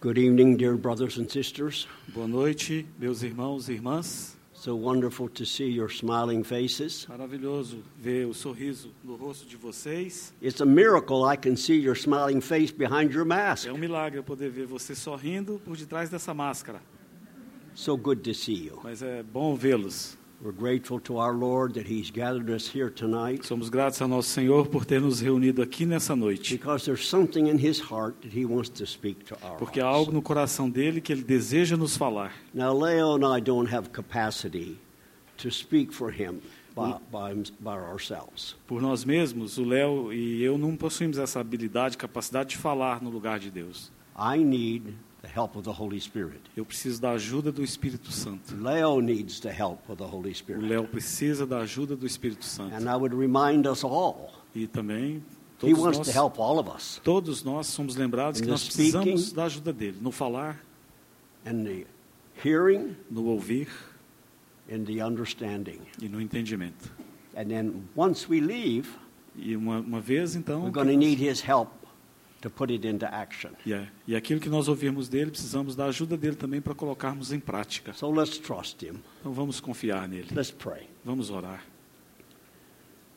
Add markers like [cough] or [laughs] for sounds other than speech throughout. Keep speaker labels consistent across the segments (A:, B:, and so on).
A: Good evening, dear brothers and sisters.
B: Boa noite, meus irmãos e irmãs.
A: So wonderful to see your smiling faces.
B: Maravilhoso ver o sorriso no rosto de vocês.
A: It's a miracle I can see your smiling face behind your mask.
B: É um milagre eu poder ver você sorrindo por detrás dessa máscara,
A: So good to see you.
B: mas é bom vê-los.
A: We're grateful to our Lord that He's gathered us here tonight
B: Somos gratos ao nosso Senhor por ter nos reunido aqui nessa noite,
A: because there's something in His heart that He wants to speak to our
B: porque há
A: hearts.
B: algo no coração dele que ele deseja nos falar.
A: Now, Leo and I don't have capacity to speak for Him by, by, by ourselves.
B: Por nós mesmos, o Léo e eu não possuímos essa habilidade, capacidade de falar no lugar de Deus.
A: I need the help of the Holy Spirit.
B: Eu preciso da ajuda do Espírito Santo.
A: Leo needs the help of the Holy
B: O
A: Spirit.
B: Léo precisa da ajuda do Espírito
A: And
B: Santo.
A: I would remind us all
B: E também
A: He
B: todos
A: wants
B: nós
A: to help all of us.
B: Todos nós somos lembrados que
A: No
B: nós precisamos
A: speaking.
B: da ajuda dele, no falar,
A: in the hearing
B: no ouvir
A: and the understanding.
B: e no entendimento.
A: And then once we leave,
B: E uma, uma vez, então,
A: we're going to need his help to put it into action.
B: e, é- e aquilo que nós ouvirmos dele, precisamos da ajuda dele também para colocarmos em prática.
A: So let's trust him.
B: Então vamos confiar nele,
A: Let's pray.
B: vamos orar.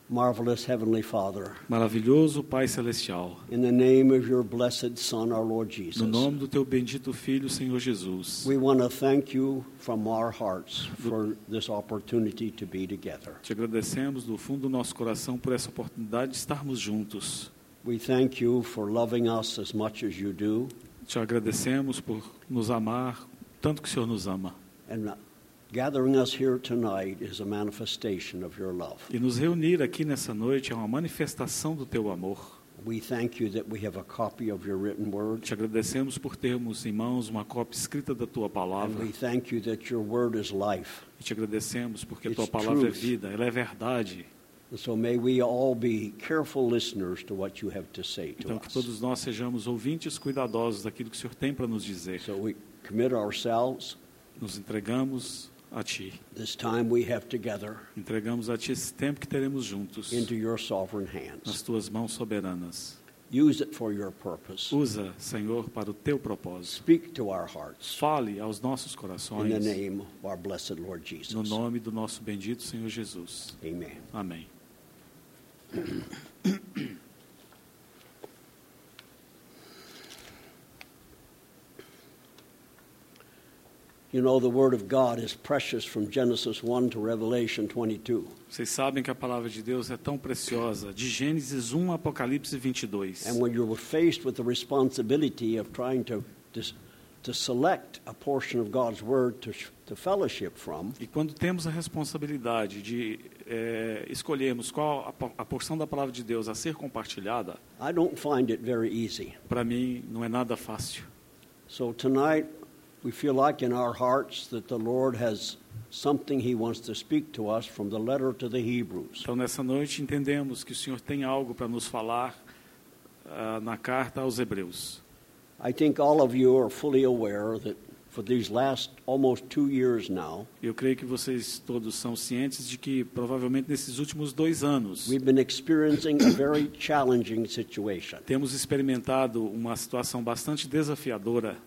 A: Marvelous Heavenly Father,
B: Maravilhoso Pai Celestial,
A: in the name of your blessed Son, our Lord
B: no
A: Jesus,
B: nome do teu bendito Filho, Senhor Jesus,
A: we want to thank you from our hearts for this opportunity to be together.
B: te agradecemos do fundo do nosso coração por essa oportunidade de estarmos juntos.
A: We thank you for loving us as much as you do.
B: Te agradecemos por nos amar tanto que o Senhor nos ama.
A: And gathering us here tonight is a manifestation of your love.
B: E nos reunir aqui nessa noite é uma manifestação do teu amor.
A: We thank you that we have a copy of your written word.
B: Te agradecemos por termos em mãos uma cópia escrita da tua
A: And
B: palavra.
A: we thank you that your word is life.
B: E te agradecemos porque a
A: It's
B: tua palavra é
A: truth.
B: vida, ela é verdade.
A: And so may we all be careful listeners to what you have to say to
B: Então que
A: us.
B: todos nós sejamos ouvintes cuidadosos daquilo que o Senhor tem para nos dizer.
A: So we commit ourselves.
B: Nos entregamos a ti.
A: This time we have together
B: Entregamos a ti esse tempo que teremos juntos
A: into your sovereign
B: nas
A: hands.
B: tuas mãos soberanas.
A: Use it for your purpose.
B: Usa, Senhor, para o teu propósito.
A: Speak to our hearts
B: Fale aos nossos
A: in the
B: corações
A: name of our blessed Lord
B: no
A: Jesus.
B: nome do nosso bendito Senhor Jesus.
A: Amen.
B: Amém.
A: You know, the word of God is precious from Genesis 1 to Revelation 22.
B: Vocês sabem que a palavra de Deus é tão preciosa, de Gênesis 1 a Apocalipse 22.
A: And when you're faced with the responsibility of trying to, to, to select a portion of God's Word to, sh- to fellowship from,
B: E quando temos a responsabilidade de eh, escolhermos qual a, po- a porção da palavra de Deus a ser compartilhada,
A: I don't find it very easy.
B: para mim não é nada fácil.
A: So tonight, we feel like in our hearts that the Lord has something He wants to speak to us from the letter to the Hebrews.
B: Então nessa noite entendemos que o Senhor tem algo para nos falar ah, na carta aos Hebreus.
A: I think all of you are fully aware that for these last almost two years now,
B: Eu creio que vocês todos são cientes de que provavelmente nesses últimos dois anos
A: we've been experiencing a very challenging situation.
B: temos experimentado uma situação bastante desafiadora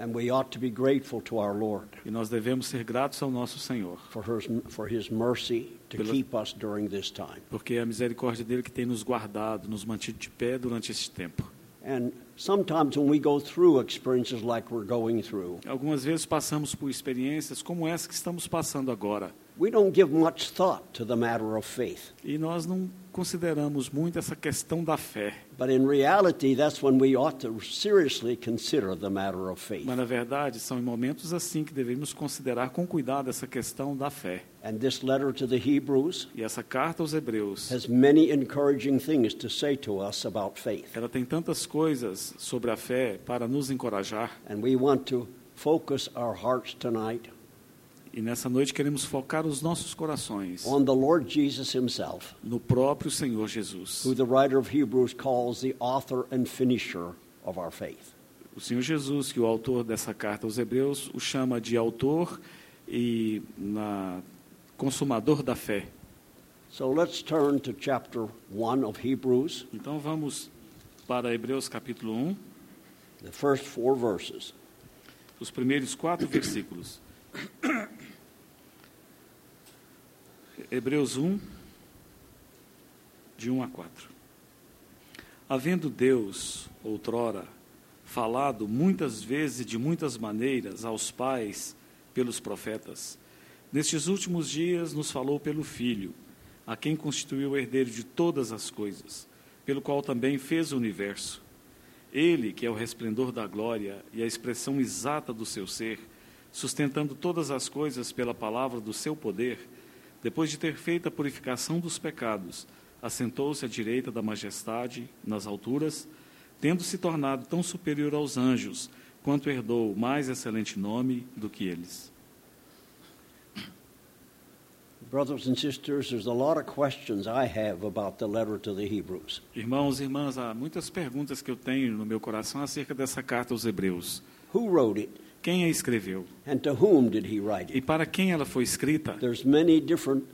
A: And we ought to be grateful to our Lord.
B: E nós devemos ser gratos ao nosso Senhor,
A: for his, for his mercy to
B: Pela-
A: keep us during this time.
B: porque é a misericórdia dele que tem nos guardado, nos mantido de pé durante este tempo.
A: And sometimes when we go through experiences like we're going through,
B: Algumas vezes passamos por experiências como essa que estamos passando agora,
A: we don't give much thought to the matter of faith.
B: e nós não consideramos muito essa questão da fé.
A: But in reality, that's when we ought to seriously consider the matter of faith.
B: Mas na verdade, são em momentos assim que devemos considerar com cuidado essa questão da fé.
A: And this letter to the Hebrews
B: E essa carta aos Hebreus,
A: has many encouraging things to say to us about faith.
B: ela tem tantas coisas sobre a fé para nos encorajar,
A: And we want to focus our hearts tonight
B: e nessa noite queremos focar os nossos corações
A: on the Lord Jesus himself,
B: no próprio Senhor Jesus.
A: who the writer of Hebrews calls the author and finisher of our faith.
B: O Senhor Jesus, que o autor dessa carta aos Hebreus, o chama de autor e na- consumador da fé.
A: So let's turn to chapter 1 of Hebrews,
B: Então vamos para Hebreus capítulo 1,
A: the first four verses.
B: os primeiros quatro versículos. Hebreus 1, de 1 a 4. Havendo Deus, outrora, falado muitas vezes e de muitas maneiras aos pais pelos profetas, nestes últimos dias nos falou pelo Filho, a quem constituiu o herdeiro de todas as coisas, pelo qual também fez o universo. Ele, que é o resplendor da glória e a expressão exata do seu ser, sustentando todas as coisas pela palavra do seu poder, depois de ter feito a purificação dos pecados, assentou-se à direita da majestade, nas alturas, tendo se tornado tão superior aos anjos, quanto herdou mais excelente nome do que eles.
A: Brothers and sisters, there's a lot of questions I have about the letter to the Hebrews.
B: Irmãos e irmãs, há muitas perguntas que eu tenho no meu coração acerca dessa carta aos Hebreus.
A: Who wrote it
B: Quem a escreveu?
A: and to whom did he write
B: E
A: it?
B: para quem ela foi escrita?
A: There's many different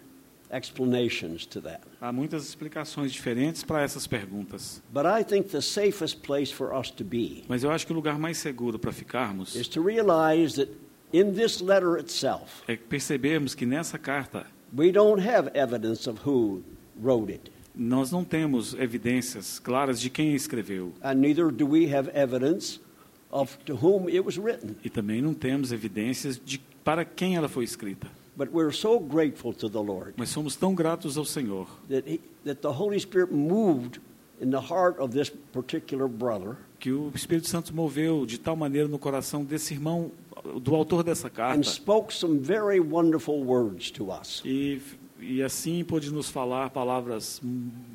A: explanations to that.
B: Há muitas explicações diferentes para essas perguntas,
A: But I think the safest place for us to be
B: mas eu acho que o lugar mais seguro para ficarmos
A: is to realize that in this letter itself,
B: é percebermos que nessa carta
A: we don't have evidence of who wrote it,
B: nós não temos evidências claras de quem a escreveu
A: and neither do we have evidence of to whom it was written.
B: e também não temos evidências de para quem ela foi escrita.
A: But we're so grateful to the Lord
B: Mas somos tão gratos ao Senhor
A: that, he, that the Holy Spirit moved in the heart of this particular brother
B: que o Espírito Santo moveu de tal maneira no coração desse irmão, do autor dessa
A: and
B: carta,
A: spoke some very wonderful words to us.
B: e, e assim pôde nos falar palavras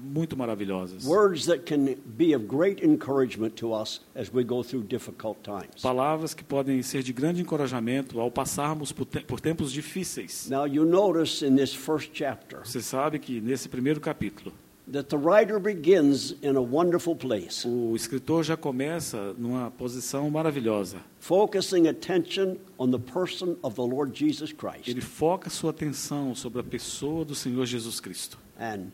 B: muito maravilhosas.
A: Words that can be of great encouragement to us as we go through difficult times.
B: Palavras que podem ser de grande encorajamento ao passarmos por, te- por tempos difíceis.
A: Now, you notice in this first chapter
B: Você sabe que nesse primeiro capítulo,
A: that the writer begins in a wonderful place,
B: o escritor já começa numa posição maravilhosa.
A: focusing attention on the person of the Lord Jesus Christ.
B: Ele foca sua atenção sobre a pessoa do Senhor Jesus Cristo.
A: And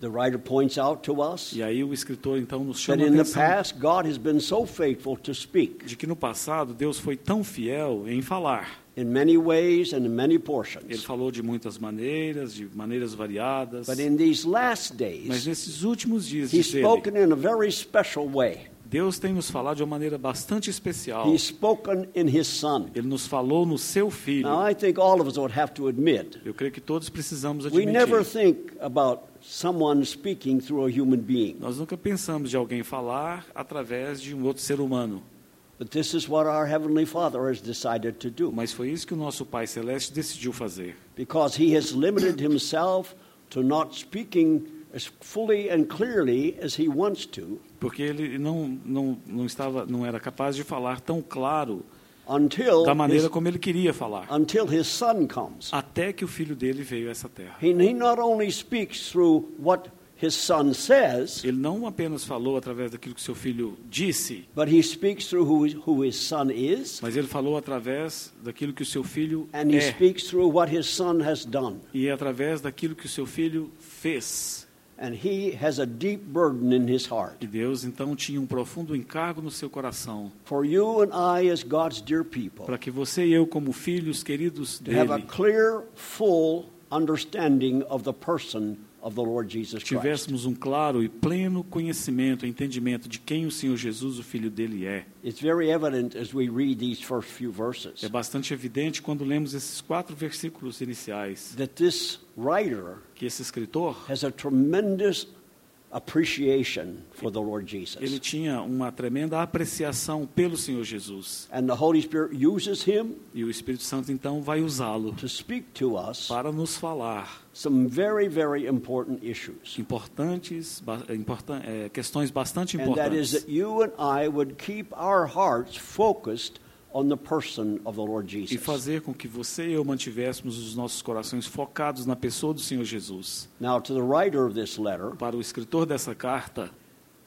A: the writer points out to us
B: E aí o escritor então nos
A: that
B: chama a
A: in the
B: atenção
A: past, God has been so faithful to speak
B: de que no passado Deus foi tão fiel em falar.
A: in many ways and in many
B: Ele
A: portions.
B: falou de muitas maneiras, de maneiras variadas.
A: But in these last
B: Mas
A: days,
B: nesses últimos dias,
A: He's
B: diz ele,
A: spoken in a very special way.
B: Deus tem nos falado de uma maneira bastante especial.
A: He's spoken in His Son.
B: Ele nos falou no seu filho.
A: Now, I think all of us would have to admit
B: Eu creio que todos precisamos
A: we never
B: admitir.
A: think about someone speaking through a human being.
B: Nós nunca pensamos de alguém falar através de um outro ser humano,
A: But this is what our Heavenly Father has decided to do
B: mas foi isso que o nosso Pai Celeste decidiu fazer,
A: because He has limited Himself to not speaking as fully and clearly as He wants to
B: porque ele não não não estava não era capaz de falar tão claro
A: until
B: da maneira
A: his,
B: como ele queria falar,
A: until His Son comes.
B: até que o filho dele veio a essa terra.
A: He, he not only speaks through what His Son says,
B: Ele não apenas falou através daquilo que seu filho disse,
A: but He speaks through who, who His Son is,
B: mas ele falou através daquilo que o seu filho
A: and He
B: é
A: speaks through what His Son has done.
B: e através daquilo que o seu filho fez.
A: And He has a deep burden in His heart.
B: E Deus então tinha um profundo encargo no seu coração
A: for you and I, as God's dear people,
B: para que você e eu, como filhos queridos
A: to have a
B: dele,
A: clear, full understanding of the person of the Lord Jesus Christ.
B: tivéssemos um claro e pleno conhecimento, entendimento de quem o Senhor Jesus, o Filho dele, é.
A: It's very evident as we read these first few
B: É
A: verses
B: bastante evidente quando lemos esses quatro versículos iniciais
A: that this writer
B: que esse escritor
A: has a tremendous appreciation for the Lord
B: ele
A: Jesus.
B: tinha uma tremenda apreciação pelo Senhor Jesus
A: And the Holy Spirit uses him
B: e o Espírito Santo então vai usá-lo
A: to speak to us
B: para nos falar
A: some very, very important issues.
B: importantes ba- importan- eh, questões bastante
A: And that is
B: importantes
A: that you and I would keep our hearts focused on the person of the Lord
B: e
A: Jesus.
B: fazer com que você e eu mantivéssemos os nossos corações focados na pessoa do Senhor Jesus.
A: Now, to the writer of this letter,
B: Para o escritor dessa carta,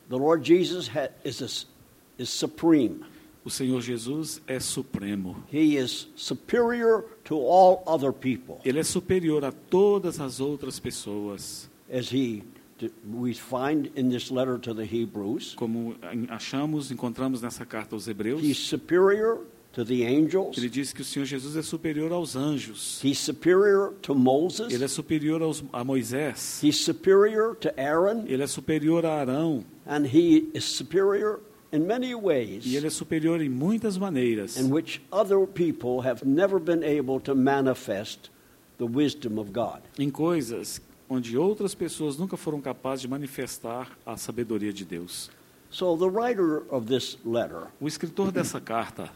A: the Lord Jesus ha- is, is, is supreme.
B: o Senhor Jesus é supremo.
A: He is superior to all other people
B: Ele é superior a todas as outras pessoas,
A: as he that we find in this letter to the Hebrews.
B: Como em- achamos, encontramos nessa carta aos
A: He's
B: Hebreus,
A: superior to the angels.
B: ele diz que o Senhor Jesus é superior aos anjos,
A: He's superior to
B: ele é
A: Moses.
B: superior aos, a Moisés,
A: He's superior to Aaron.
B: ele é superior a Arão,
A: And he is superior in many
B: e ele
A: ways
B: é superior em muitas maneiras,
A: in which other people have never been able to manifest the wisdom of God.
B: em coisas onde outras pessoas nunca foram capazes de manifestar a sabedoria de Deus.
A: So the writer of this letter
B: O escritor dessa carta,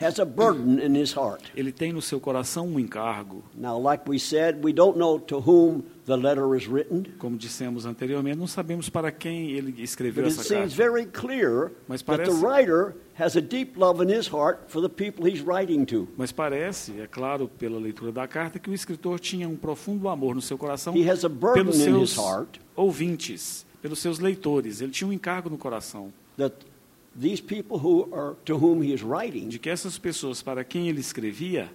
A: has a burden in his heart.
B: ele tem no seu coração um encargo,
A: Now, like we said, we don't know to whom the letter is written,
B: como dissemos anteriormente, não sabemos para quem ele escreveu
A: but it
B: essa
A: seems
B: carta.
A: very clear
B: Mas
A: that the
B: parece-
A: writer has a deep love in his heart for the people he's writing to.
B: Mas parece, é claro, pela leitura da carta, que o escritor tinha um profundo amor no seu coração
A: He has a burden
B: pelos
A: in
B: seus
A: his heart.
B: ouvintes, pelos seus leitores. Ele tinha um encargo no coração
A: That these people who are to whom he is writing
B: de que essas pessoas para quem ele escrevia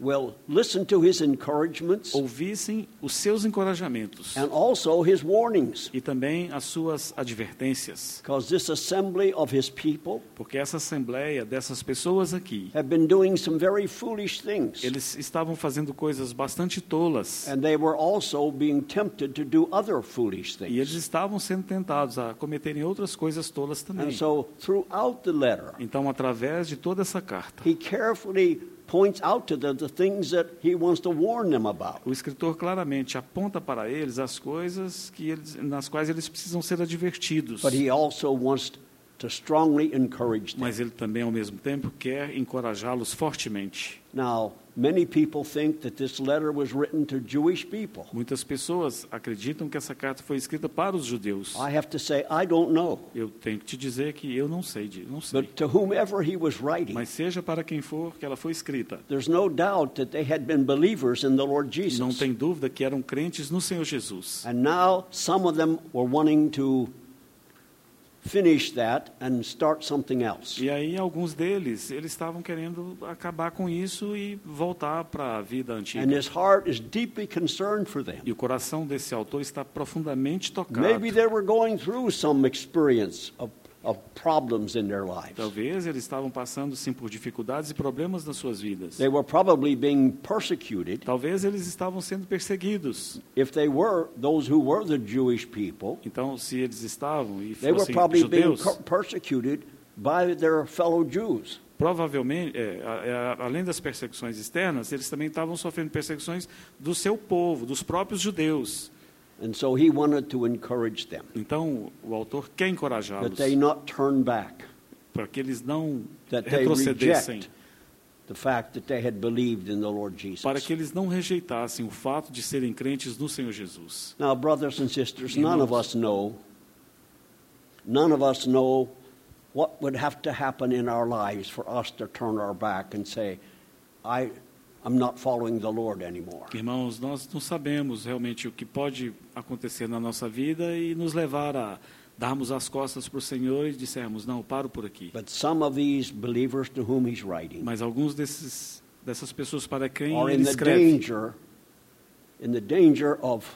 A: will listen to his encouragements
B: ouvissem os seus encorajamentos
A: and also his warnings,
B: e também as suas advertências,
A: because this assembly of his people
B: porque essa assembleia dessas pessoas aqui,
A: have been doing some very foolish things,
B: eles estavam fazendo coisas bastante tolas.
A: and they were also being tempted to do other foolish things.
B: E eles estavam sendo tentados a cometerem outras coisas tolas também.
A: And so throughout the letter,
B: Então, através de toda essa carta,
A: he carefully points out to them the things that he wants to warn them about.
B: o escritor claramente aponta para eles as coisas que eles, nas quais eles precisam ser advertidos.
A: But he also wants to strongly encourage them.
B: Mas ele também, ao mesmo tempo, quer encorajá-los fortemente.
A: Now, many people think that this letter was written to Jewish people.
B: Muitas pessoas acreditam que essa carta foi escrita para os judeus.
A: I have to say, I don't know.
B: Eu tenho que te dizer que eu não sei, de- não sei.
A: But to whomever he was writing,
B: Mas seja para quem for que ela foi escrita.
A: there's no doubt that they had been believers in the Lord
B: Não
A: Jesus.
B: tem dúvida que eram crentes no Senhor Jesus.
A: And now some of them were wanting to finish that and start something else.
B: E aí alguns deles, eles estavam querendo acabar com isso e voltar para a vida
A: And
B: antiga.
A: his heart is deeply concerned for them.
B: E o coração desse autor está profundamente tocado.
A: Maybe they were going through some experience of, of problems in their lives.
B: Talvez eles estavam passando sim por dificuldades e problemas nas suas vidas.
A: They were probably being persecuted.
B: Talvez eles estavam sendo perseguidos.
A: If they were, those who were the Jewish people,
B: Então, se eles estavam e
A: they were
B: fossem
A: probably being
B: judeus,
A: co- persecuted by their fellow Jews.
B: provavelmente, é, a- a- além das perseguições externas, eles também estavam sofrendo perseguições do seu povo, dos próprios judeus.
A: And so he wanted to encourage them
B: Então, o autor quer
A: that
B: encorajá-los.
A: they not turn back,
B: para que eles não
A: that they
B: retrocedessem,
A: reject the fact that they had believed in the Lord
B: para
A: Jesus.
B: que eles não rejeitassem o fato de serem crentes no Senhor Jesus.
A: Now, brothers and sisters, none of
B: Irmãos.
A: us know, none of us know what would have to happen in our lives for us to turn our back and say, I, I'm not following the Lord anymore.
B: Irmãos, nós não sabemos realmente o que pode acontecer na nossa vida e nos levar a darmos as costas para o Senhor e dissermos, não, paro por aqui.
A: But some of these believers to whom he's writing
B: Mas alguns desses, dessas pessoas para quem
A: are in
B: ele
A: the
B: escreve
A: danger, in the danger of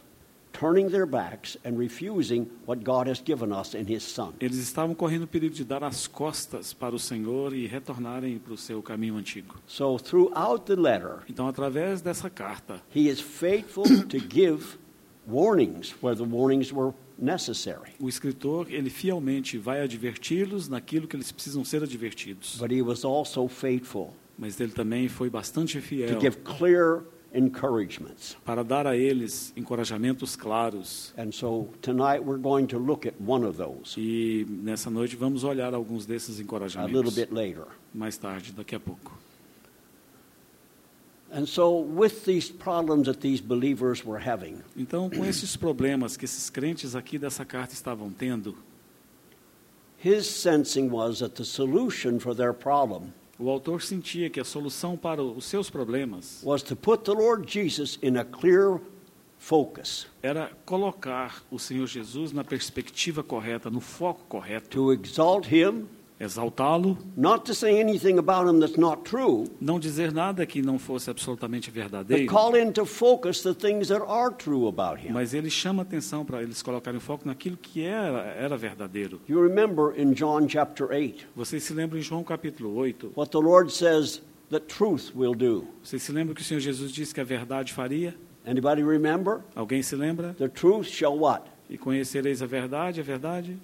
A: turning their backs and refusing what God has given us in his Son.
B: eles estavam correndo o perigo de dar as costas para o Senhor e retornarem para o seu caminho antigo.
A: So throughout the letter,
B: Então, através dessa carta,
A: he is faithful to give warnings where the warnings were necessary.
B: O escritor, ele fielmente vai adverti-los naquilo que eles precisam ser advertidos.
A: But he was also faithful
B: Mas ele também foi bastante
A: to
B: fiel
A: give clear encouragements.
B: para dar a eles encorajamentos claros.
A: And so tonight we're going to look at one of those
B: E nessa noite vamos olhar alguns desses
A: a little
B: encorajamentos
A: bit later.
B: mais tarde, daqui a pouco.
A: And so, with these problems that these believers were having,
B: Então, com esses problemas que esses crentes aqui dessa carta estavam tendo,
A: his sensing was that the solution for their problem
B: o autor sentia que a solução para os seus problemas
A: was to put the Lord Jesus in a clear focus,
B: era colocar o Senhor Jesus na perspectiva correta, no foco correto,
A: to exalt him
B: exaltá-lo,
A: not to say anything about him that's not true,
B: não dizer nada que não fosse absolutamente
A: but
B: verdadeiro,
A: call into focus the things that are true about him.
B: mas ele chama atenção para eles colocarem foco naquilo que era, era verdadeiro.
A: You remember in John chapter 8
B: Vocês se lembram em João capítulo 8?
A: what the Lord says that truth will do.
B: Vocês se lembram que o Senhor Jesus disse que a verdade faria?
A: Anybody remember?
B: Alguém se lembra?
A: The truth shall what?
B: E conhecereis a verdade, a verdade,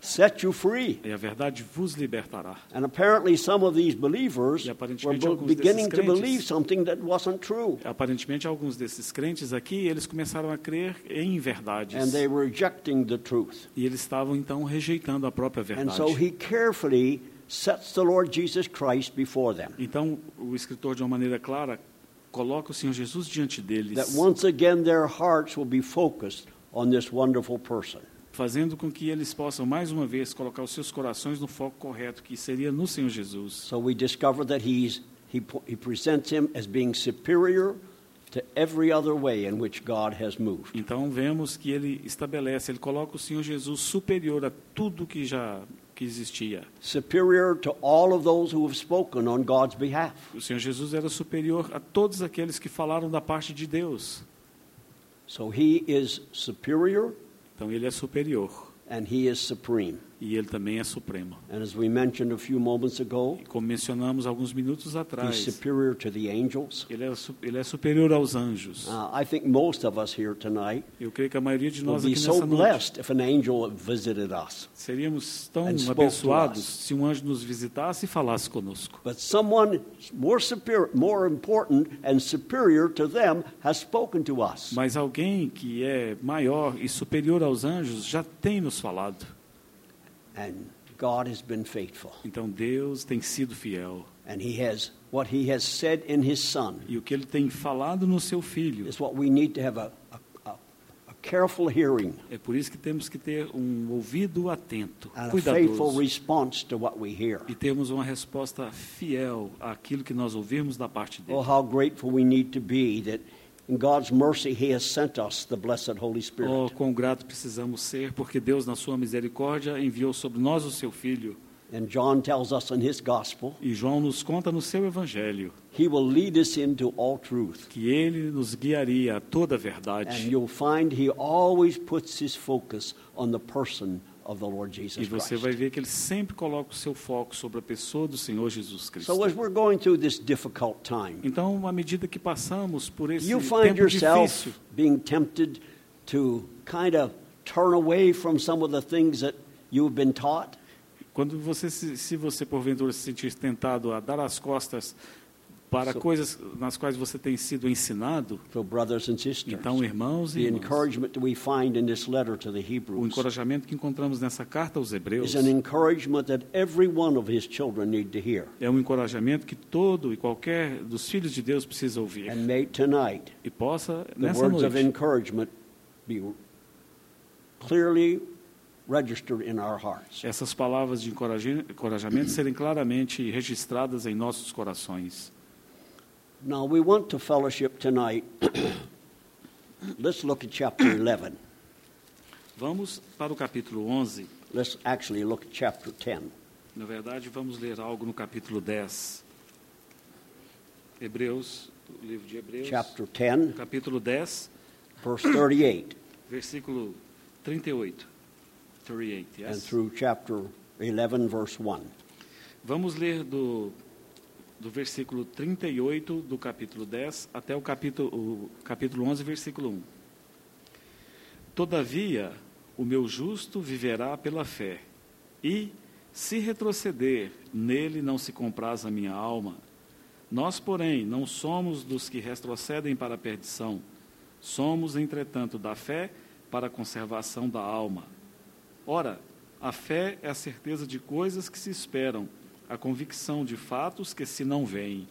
A: Set you free.
B: e a verdade vos libertará.
A: And apparently some of these believers
B: E
A: were
B: aparentemente
A: be-
B: alguns desses
A: beginning to
B: crentes-
A: believe something that wasn't true.
B: Aparentemente, alguns desses crentes aqui, eles começaram a crer em verdades.
A: And they were rejecting the truth.
B: E eles estavam, então, rejeitando a própria
A: And
B: verdade.
A: so he carefully sets the Lord Jesus Christ before them.
B: Então, o escritor, de uma maneira clara, coloca o Senhor Jesus diante deles,
A: That once again their hearts will be focused on this wonderful person.
B: fazendo com que eles possam, mais uma vez, colocar os seus corações no foco correto, que seria no Senhor Jesus.
A: So we discover that he's, he, po- he presents him as being superior to every other way in which God has moved.
B: Então, vemos que ele estabelece, ele coloca o Senhor Jesus superior a tudo que já que existia.
A: Superior to all of those who have spoken on God's behalf.
B: O Senhor Jesus era superior a todos aqueles que falaram da parte de Deus.
A: So he is superior
B: Então, ele é superior.
A: and he is supreme.
B: E ele também é supremo.
A: And as we mentioned a few moments ago,
B: E como mencionamos alguns minutos
A: he's
B: atrás,
A: superior to the angels.
B: ele é, su- ele é superior aos anjos.
A: Uh, I think most of us here tonight
B: Eu creio que a maioria de
A: would
B: nós
A: be
B: aqui
A: so
B: nessa noite
A: blessed if an angel visited us.
B: seríamos tão
A: and spoke to
B: abençoados
A: us.
B: se um anjo nos visitasse e falasse conosco.
A: But someone more, superior, more important and superior to them has spoken to us.
B: Mas alguém que é maior e superior aos anjos já tem nos falado.
A: And God has been faithful.
B: Então Deus tem sido fiel.
A: And He has what He has said in His Son
B: E o que ele tem falado no seu filho.
A: is what we need to have a, a, a, a careful hearing
B: É por isso que temos que ter um ouvido atento,
A: and a faithful
B: cuidadoso.
A: response to what we hear.
B: E termos uma resposta fiel àquilo que nós ouvimos da parte dele.
A: Oh, how grateful we need to be that in God's mercy He has sent us the blessed Holy Spirit.
B: Oh, quão grato precisamos ser, porque Deus, na sua misericórdia, enviou sobre nós o seu Filho.
A: And John tells us in his gospel,
B: E João nos conta no seu Evangelho
A: He will lead us into all truth.
B: que ele nos guiaria a toda a
A: And
B: verdade.
A: you'll find He always puts His focus on the person of the Lord
B: E
A: Jesus
B: você vai
A: Christ.
B: ver que ele sempre coloca o seu foco sobre a pessoa do Senhor Jesus Cristo.
A: So as we're going through this difficult time,
B: Então, à medida que passamos por esse
A: you find
B: tempo
A: yourself
B: difícil,
A: being tempted to kind of turn away from some of the things that you've been taught.
B: quando você, se, se você porventura se sentir tentado a dar as costas para
A: So-
B: coisas nas quais você tem sido ensinado,
A: So, brothers and sisters,
B: então, irmãos e
A: the
B: irmãs,
A: encouragement that we find in this letter to the
B: O
A: Hebrews
B: encorajamento que encontramos nessa carta aos Hebreus
A: is an encouragement that every one of His children need to hear.
B: é um encorajamento que todo e qualquer dos filhos de Deus precisa ouvir.
A: And may tonight
B: E possa,
A: the
B: nessa
A: words of
B: noite,
A: encouragement be clearly registered in our hearts.
B: essas palavras de encoraje- encorajamento serem claramente registradas em nossos corações.
A: Now, we want to fellowship tonight. [coughs] Let's look at chapter 11.
B: Vamos para o capítulo 11.
A: Let's actually look at chapter 10.
B: Na verdade, vamos ler algo no capítulo 10. Hebreus, o livro de Hebreus,
A: Chapter 10,
B: capítulo 10,
A: verse 38,
B: versículo 38. 38, yes.
A: and through chapter 11, verse 1.
B: Vamos ler do, do versículo 38 do capítulo 10 até o capítulo, o capítulo 11, versículo 1. Todavia, o meu justo viverá pela fé, e, se retroceder, nele não se compraz a minha alma. Nós, porém, não somos dos que retrocedem para a perdição, somos, entretanto, da fé para a conservação da alma. Ora, a fé é a certeza de coisas que se esperam, a convicção de fatos que se não veem.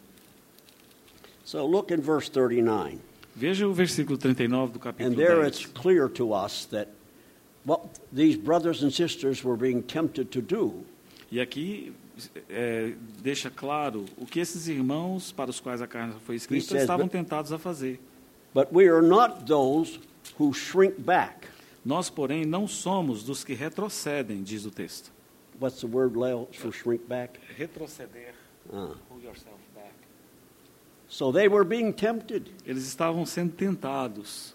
A: So look in verse 39.
B: Veja o versículo 39 do capítulo
A: And there it's
B: 10.
A: clear to us that what these brothers and sisters were being tempted to do
B: E aqui é, deixa claro o que esses irmãos para os quais a carne foi
A: He
B: escrita
A: says,
B: estavam
A: but-
B: tentados a fazer.
A: But we are not those who shrink back,
B: Nós, porém, não somos dos que retrocedem, diz o texto,
A: what's the word, Lel, for shrink back?
B: Retroceder.
A: Ah.
B: Pull yourself back.
A: So they were being tempted.
B: Eles estavam sendo tentados.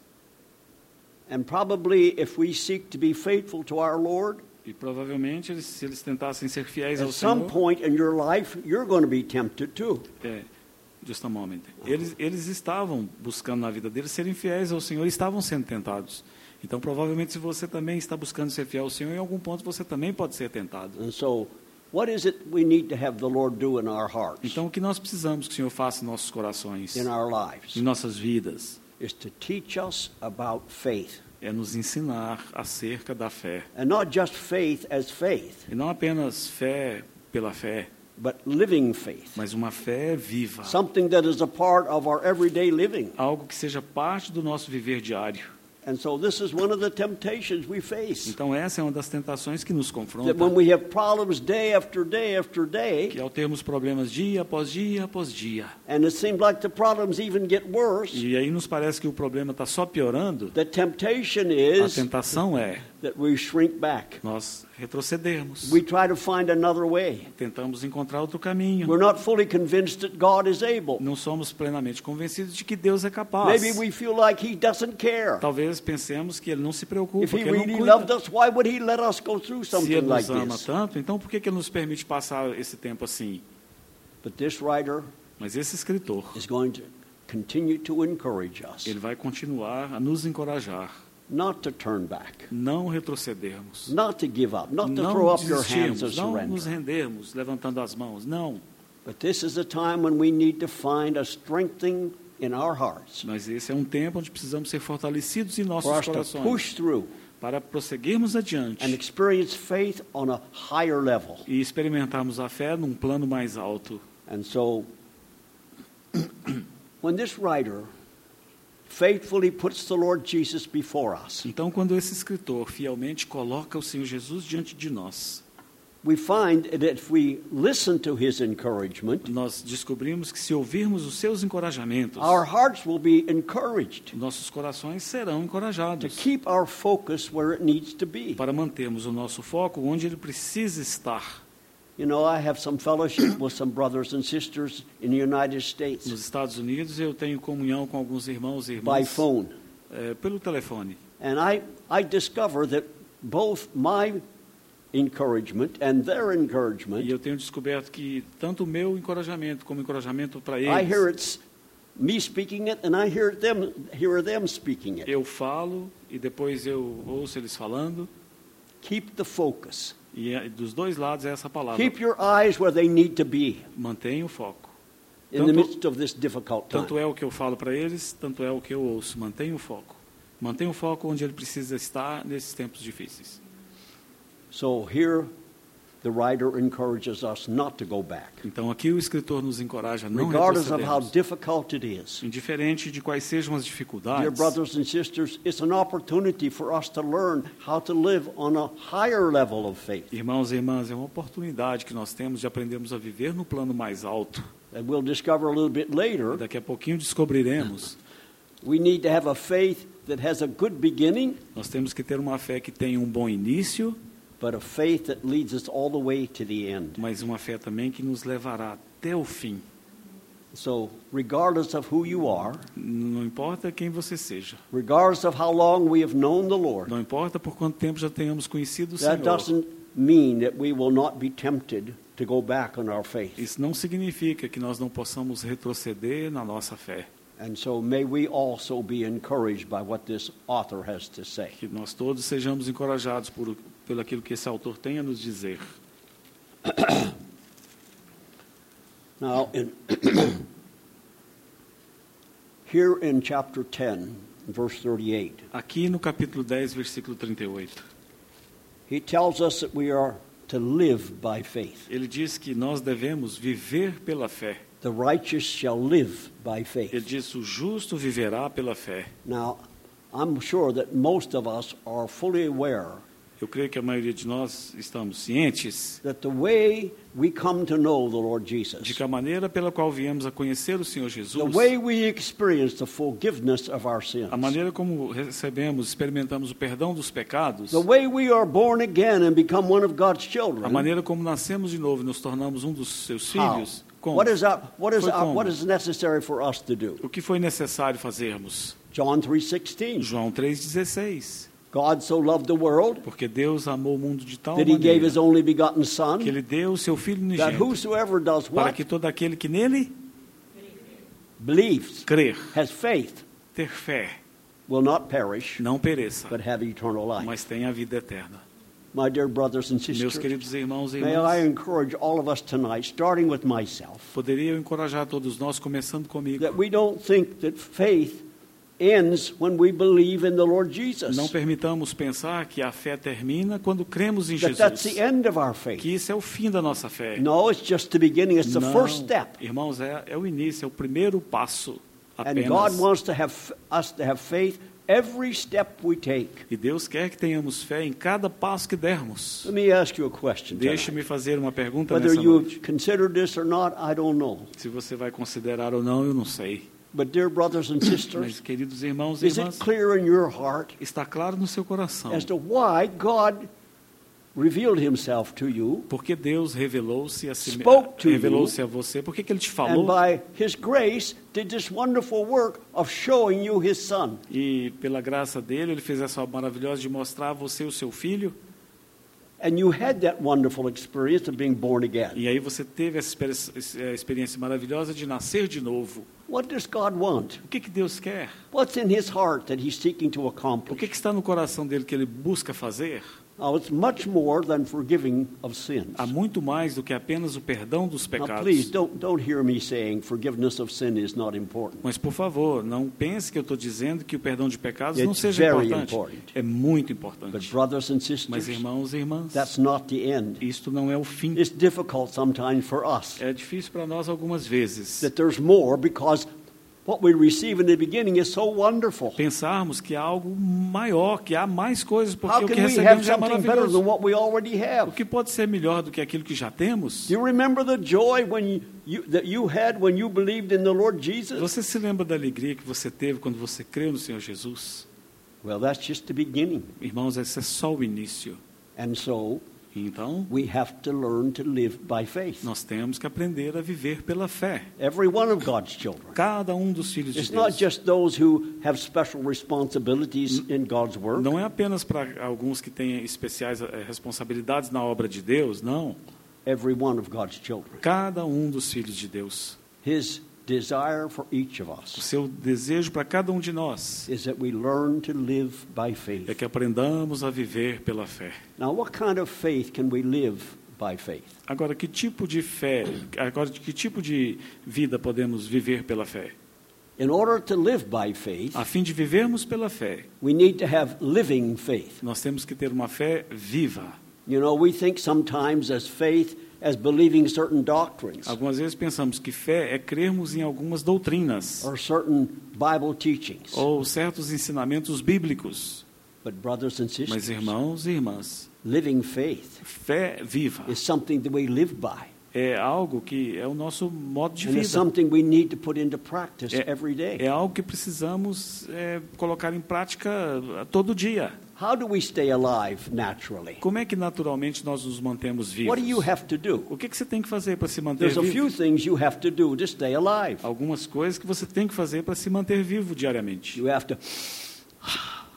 A: And probably if we seek to be faithful to our Lord,
B: E provavelmente, eles, se eles tentassem ser fiéis ao
A: at some
B: Senhor,
A: point in your life, you're going to be tempted too.
B: É, just a moment. Eles, eles estavam buscando na vida deles serem fiéis ao Senhor e estavam sendo tentados. Então, provavelmente, se você também está buscando ser fiel ao Senhor, em algum ponto você também pode ser tentado.
A: And so, what is it we need to have the Lord do in our hearts,
B: Então, o que nós precisamos que o Senhor faça em nossos corações,
A: in
B: em
A: our lives,
B: nossas vidas,
A: is to teach us about faith.
B: é nos ensinar acerca da fé.
A: And not just faith as faith,
B: E não apenas fé pela fé,
A: but living faith.
B: mas uma fé viva.
A: Something that is a part of our everyday living.
B: Algo que seja parte do nosso viver diário.
A: And so, this is one of the temptations we face.
B: Então, essa é uma das tentações que nos
A: That
B: confronta.
A: when we have problems day after day after day,
B: que ao termos problemas dia após dia após dia,
A: and it seems like the problems even get worse,
B: e aí nos parece que o problema está só piorando,
A: the temptation
B: a
A: is
B: tentação é
A: that we shrink back.
B: nós retrocedermos,
A: We try to find another way.
B: tentamos encontrar outro caminho,
A: We're not fully convinced that God is able.
B: não somos plenamente convencidos de que Deus é capaz.
A: Maybe we feel like He doesn't care.
B: Talvez pensemos que Ele não se preocupa,
A: If
B: que
A: He
B: Ele
A: really
B: não
A: loved
B: cuida.
A: us, why would He let us go through
B: Se Ele
A: something like
B: nos ama
A: this?
B: tanto, então por que que Ele nos permite passar esse tempo assim?
A: But this writer
B: Mas esse escritor,
A: is going to continue to encourage us
B: ele vai continuar a nos encorajar,
A: not to turn back,
B: não retrocedermos.
A: not to give up, not to throw
B: Não
A: up your hands and
B: desistirmos, não nos
A: surrender.
B: rendermos levantando as mãos, não.
A: But this is a time when we need to find a strengthening in our hearts
B: Mas esse é um tempo onde precisamos ser fortalecidos em nossos
A: for us to
B: corações
A: push through
B: para prosseguirmos
A: and
B: adiante
A: experience faith on a higher level.
B: e experimentarmos a fé num plano mais alto.
A: And so, [clears throat] when this writer faithfully puts the Lord Jesus before us,
B: Então, quando esse escritor fielmente coloca o Senhor Jesus diante de nós,
A: we find that if we listen to his encouragement,
B: nós descobrimos que se ouvirmos os seus encorajamentos,
A: our hearts will be encouraged
B: nossos corações serão
A: to
B: encorajados
A: keep our focus where it needs to be.
B: para mantermos o nosso foco onde ele precisa estar.
A: You know, I have some fellowship with some brothers and sisters in the United
B: Nos
A: States
B: Estados Unidos, eu tenho comunhão com alguns irmãos e
A: by
B: irmãs
A: phone.
B: eh, pelo telefone.
A: And I, I discover that both my encouragement and their
B: E
A: encouragement
B: eu tenho descoberto que tanto o meu encorajamento como o encorajamento para
A: I hear
B: eles,
A: it's me speaking it, and I hear them hear them speaking it.
B: eu falo e depois eu ouço eles falando.
A: Keep the focus.
B: E é- dos dois lados é essa palavra.
A: Keep your eyes where they need to be
B: Mantenha o foco.
A: in the
B: Tanto-
A: midst of this difficult
B: Tanto
A: time.
B: é o que eu falo para eles, tanto é o que eu ouço. Mantenha o foco. Mantenha o foco onde ele precisa estar nesses tempos difíceis.
A: So here, the writer encourages us not to go back,
B: Então aqui o escritor nos encoraja a não
A: regardless of how
B: retrocedermos.
A: difficult it is.
B: Indiferente de quais sejam as
A: Dear
B: dificuldades,
A: brothers and sisters, it's an opportunity for us to learn how to live on a higher level of faith
B: irmãos e irmãs, é uma oportunidade que nós temos de aprendermos a viver no plano mais alto.
A: that we'll discover a little bit later.
B: Daqui a pouquinho descobriremos.
A: We need to have a faith that has a good beginning
B: Nós temos que ter uma fé que tenha um bom início,
A: but a faith that leads us all the way to the end.
B: mas uma fé também que nos levará até o fim.
A: So, regardless of who you are,
B: Não importa quem você seja,
A: regardless of how long we have known the Lord,
B: não importa por quanto tempo já tenhamos conhecido o
A: that
B: Senhor.
A: doesn't mean that we will not be tempted to go back on our faith.
B: Isso não significa que nós não possamos retroceder na nossa fé.
A: And so, may we also be encouraged by what this author has to say.
B: Que nós todos sejamos encorajados por, pelo aquilo que esse autor tem a nos dizer.
A: Now, in, [clears throat] here in chapter 10, verse 38,
B: Aqui no capítulo 10, versículo 38,
A: he tells us that we are to live by faith.
B: ele diz que nós devemos viver pela fé.
A: The righteous shall live by faith.
B: Ele diz: o justo viverá pela fé.
A: Now, I'm sure that most of us are fully aware
B: Eu creio que a maioria de nós estamos cientes
A: that the way we come to know the Lord
B: de
A: Jesus,
B: que a maneira pela qual viemos a conhecer o Senhor
A: the
B: Jesus,
A: way we experience the forgiveness of our sins,
B: a maneira como recebemos, experimentamos o perdão dos pecados,
A: the way we are born again and become one of God's
B: a
A: children,
B: maneira como nascemos de novo e nos tornamos um dos seus
A: how?
B: filhos, como?
A: What is, up, what, is
B: Foi
A: up,
B: como?
A: what is necessary for us to do?
B: O que foi necessário fazermos?
A: John 3.16,
B: João 3,16.
A: God so loved the world
B: Porque Deus amou o mundo de tal
A: that he gave
B: maneira
A: his only begotten
B: que
A: son,
B: ele deu o seu Filho
A: that
B: unigênito
A: whosoever does
B: para
A: what?
B: que todo aquele que nele
A: Believes,
B: crer,
A: has faith,
B: ter fé,
A: will not perish,
B: não pereça,
A: but have eternal life.
B: mas tenha a vida eterna.
A: My dear brothers and
B: Meus
A: sisters,
B: queridos irmãos e
A: may I
B: irmãs,
A: encourage all of us tonight, starting with myself,
B: poderia eu encorajar todos nós, começando comigo,
A: that we don't think that faith ends when we believe in the Lord Jesus.
B: não permitamos pensar que a fé termina quando cremos em
A: That that's the
B: Jesus,
A: end of our faith.
B: que isso é o fim da nossa fé.
A: No, it's just the beginning. It's the first step.
B: irmãos, é, é o início, é o primeiro passo
A: And God
B: apenas.
A: wants to have us to have faith every step we take.
B: E Deus quer que tenhamos fé em cada passo que dermos.
A: Let me ask you a question. tonight.
B: Deixe-me fazer uma pergunta
A: Whether
B: nessa
A: you
B: noite.
A: considered this or not, I don't know.
B: Se você vai considerar ou não, eu não sei.
A: But dear brothers and
B: Mas,
A: sisters,
B: queridos irmãos e
A: is it
B: irmãs,
A: clear in your heart
B: está claro no seu coração
A: as to why God revealed himself to you
B: porque Deus revelou-se a si
A: Spoke to
B: revelou-se a você. Por que, que ele te
A: and
B: falou?
A: by his grace did this wonderful work of showing you his son?
B: E pela graça dele, ele fez essa obra maravilhosa de mostrar a você o seu filho.
A: And you had that wonderful experience of being born again.
B: E aí você teve essa experi- essa é, experiência maravilhosa de nascer de novo.
A: What does God want?
B: O que, que Deus quer?
A: What's in his heart that he's seeking to
B: O
A: accomplish?
B: que, que está no coração dele que ele busca fazer?
A: Now, Oh, it's much more than forgiving of sins.
B: Há muito mais do que apenas o perdão dos
A: Now, please
B: pecados.
A: don't, don't hear me saying forgiveness of sin is not important.
B: Mas, por favor, não pense que eu estou dizendo que o perdão de pecados não
A: It's
B: seja
A: very
B: importante.
A: important.
B: É muito
A: But,
B: importante.
A: brothers and
B: Mas,
A: sisters,
B: irmãos e irmãs,
A: that's not the end.
B: isto não é o fim.
A: It's difficult sometimes for us
B: É difícil para nós algumas vezes
A: that there's more because what we receive in the beginning is so wonderful.
B: pensarmos que há algo maior, que há mais coisas, porque
A: How
B: o que
A: can we have
B: recebemos é
A: something better than
B: maravilhoso.
A: what we already
B: O
A: have?
B: que pode ser melhor do que aquilo que já temos?
A: Do you remember the joy when you, you, that you had when you believed in the Lord Jesus?
B: Você se lembra da alegria que você teve quando você creu no Senhor Jesus?
A: Well, that's just the beginning.
B: Irmãos, esse é só o início.
A: And so
B: Então,
A: we have to learn to live by faith.
B: nós temos que aprender a viver pela fé.
A: Every one of God's children.
B: Cada um dos filhos de
A: It's not
B: Deus.
A: just those who have special responsibilities in God's work.
B: Não é apenas para alguns que têm especiais eh, responsabilidades na obra de Deus, não.
A: Every one of God's children.
B: Cada um dos filhos de Deus.
A: His desire for each of
B: O
A: us
B: seu desejo para cada um de nós
A: is that we learn to live by
B: é
A: faith.
B: que aprendamos a viver pela fé.
A: Now, what kind of faith can we live by faith?
B: Agora, que tipo de fé, agora, que tipo de vida podemos viver pela fé?
A: In order to live by faith,
B: A fim de vivermos pela fé,
A: we need to have living faith.
B: nós temos que ter uma fé viva.
A: You know, we think sometimes as faith as believing certain doctrines
B: Algumas vezes pensamos que fé é crermos em algumas doutrinas
A: or certain Bible teachings.
B: ou certos ensinamentos bíblicos.
A: But, brothers and
B: Mas,
A: sisters,
B: irmãos e irmãs,
A: living faith
B: fé viva
A: is something that we live by.
B: é algo que é o nosso modo de
A: And it's
B: vida.
A: something we need to put into practice
B: É,
A: every
B: é
A: day.
B: algo que precisamos é, colocar em prática ah, todo dia.
A: How do we stay alive naturally?
B: Como é que naturalmente nós nos mantemos vivos?
A: What do you have to do?
B: O que, que você tem que fazer para se manter
A: There's a few
B: vivo?
A: things you have to do to stay alive.
B: Algumas coisas que você tem que fazer para se manter vivo diariamente.
A: You have to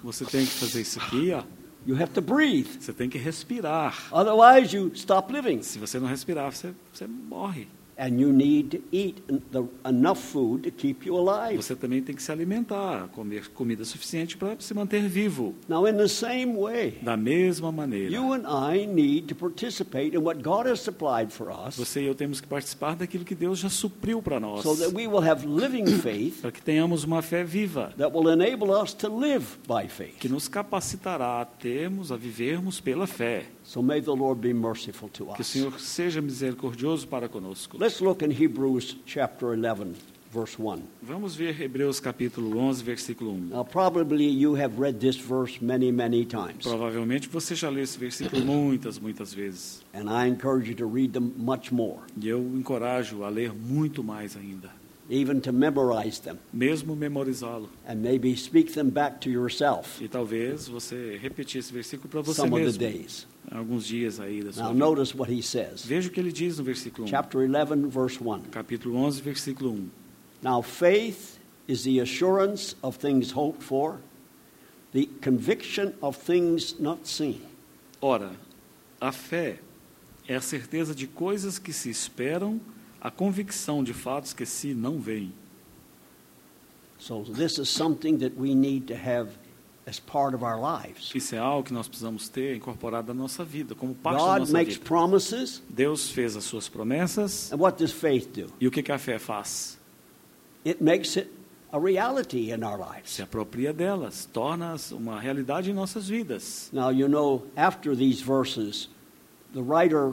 B: Você tem que fazer isso aqui, ó.
A: you have to breathe.
B: Você tem que respirar.
A: Otherwise, you stop living.
B: Se você não respirar, você, você morre.
A: And you need to eat en- the, enough food to keep you alive.
B: Você também tem que se alimentar, comer comida suficiente para se manter vivo.
A: Now, in the same way,
B: Da mesma maneira,
A: you and I need to participate in what God has supplied for us
B: você e eu temos que participar daquilo que Deus já supriu para nós,
A: so that we will have living faith
B: para que tenhamos uma fé viva,
A: that will enable us to live by faith.
B: que nos capacitará a termos, a vivermos pela fé.
A: So may the Lord be merciful to
B: Que o
A: us.
B: Senhor seja misericordioso para conosco.
A: Let's look in Hebrews chapter 11. verse 1.
B: Vamos ver Hebreus capítulo 11, versículo 1.
A: Now, probably you have read this verse many, many times,
B: Provavelmente você já leu esse versículo muitas, muitas vezes.
A: and I encourage you to read them much more,
B: E eu encorajo a ler muito mais ainda,
A: even to memorize them,
B: mesmo memorizá-lo.
A: and maybe speak them back to yourself
B: E talvez você repetir esse versículo para você
A: some of the
B: mesmo, né?
A: days.
B: alguns dias aí da
A: Now,
B: sua vida.
A: notice what he says.
B: Veja o que ele diz no versículo 1.
A: Chapter 11, verse 1.
B: Capítulo 11, versículo 1.
A: Now, faith is the assurance of things hoped for, the conviction of things not seen.
B: Ora, a fé é a certeza de coisas que se esperam, a convicção de fatos que se não veem.
A: So, this is something that we need to have as part of our lives.
B: Isso é algo que nós precisamos ter incorporado na nossa vida, como parte da
A: God
B: nossa
A: makes
B: vida.
A: promises,
B: Deus fez as suas promessas,
A: and what does faith do?
B: e o que, que a fé faz?
A: It makes it a reality in our
B: Se
A: lives.
B: apropria delas, torna-as uma realidade em nossas vidas.
A: Now, you know, after these verses, the writer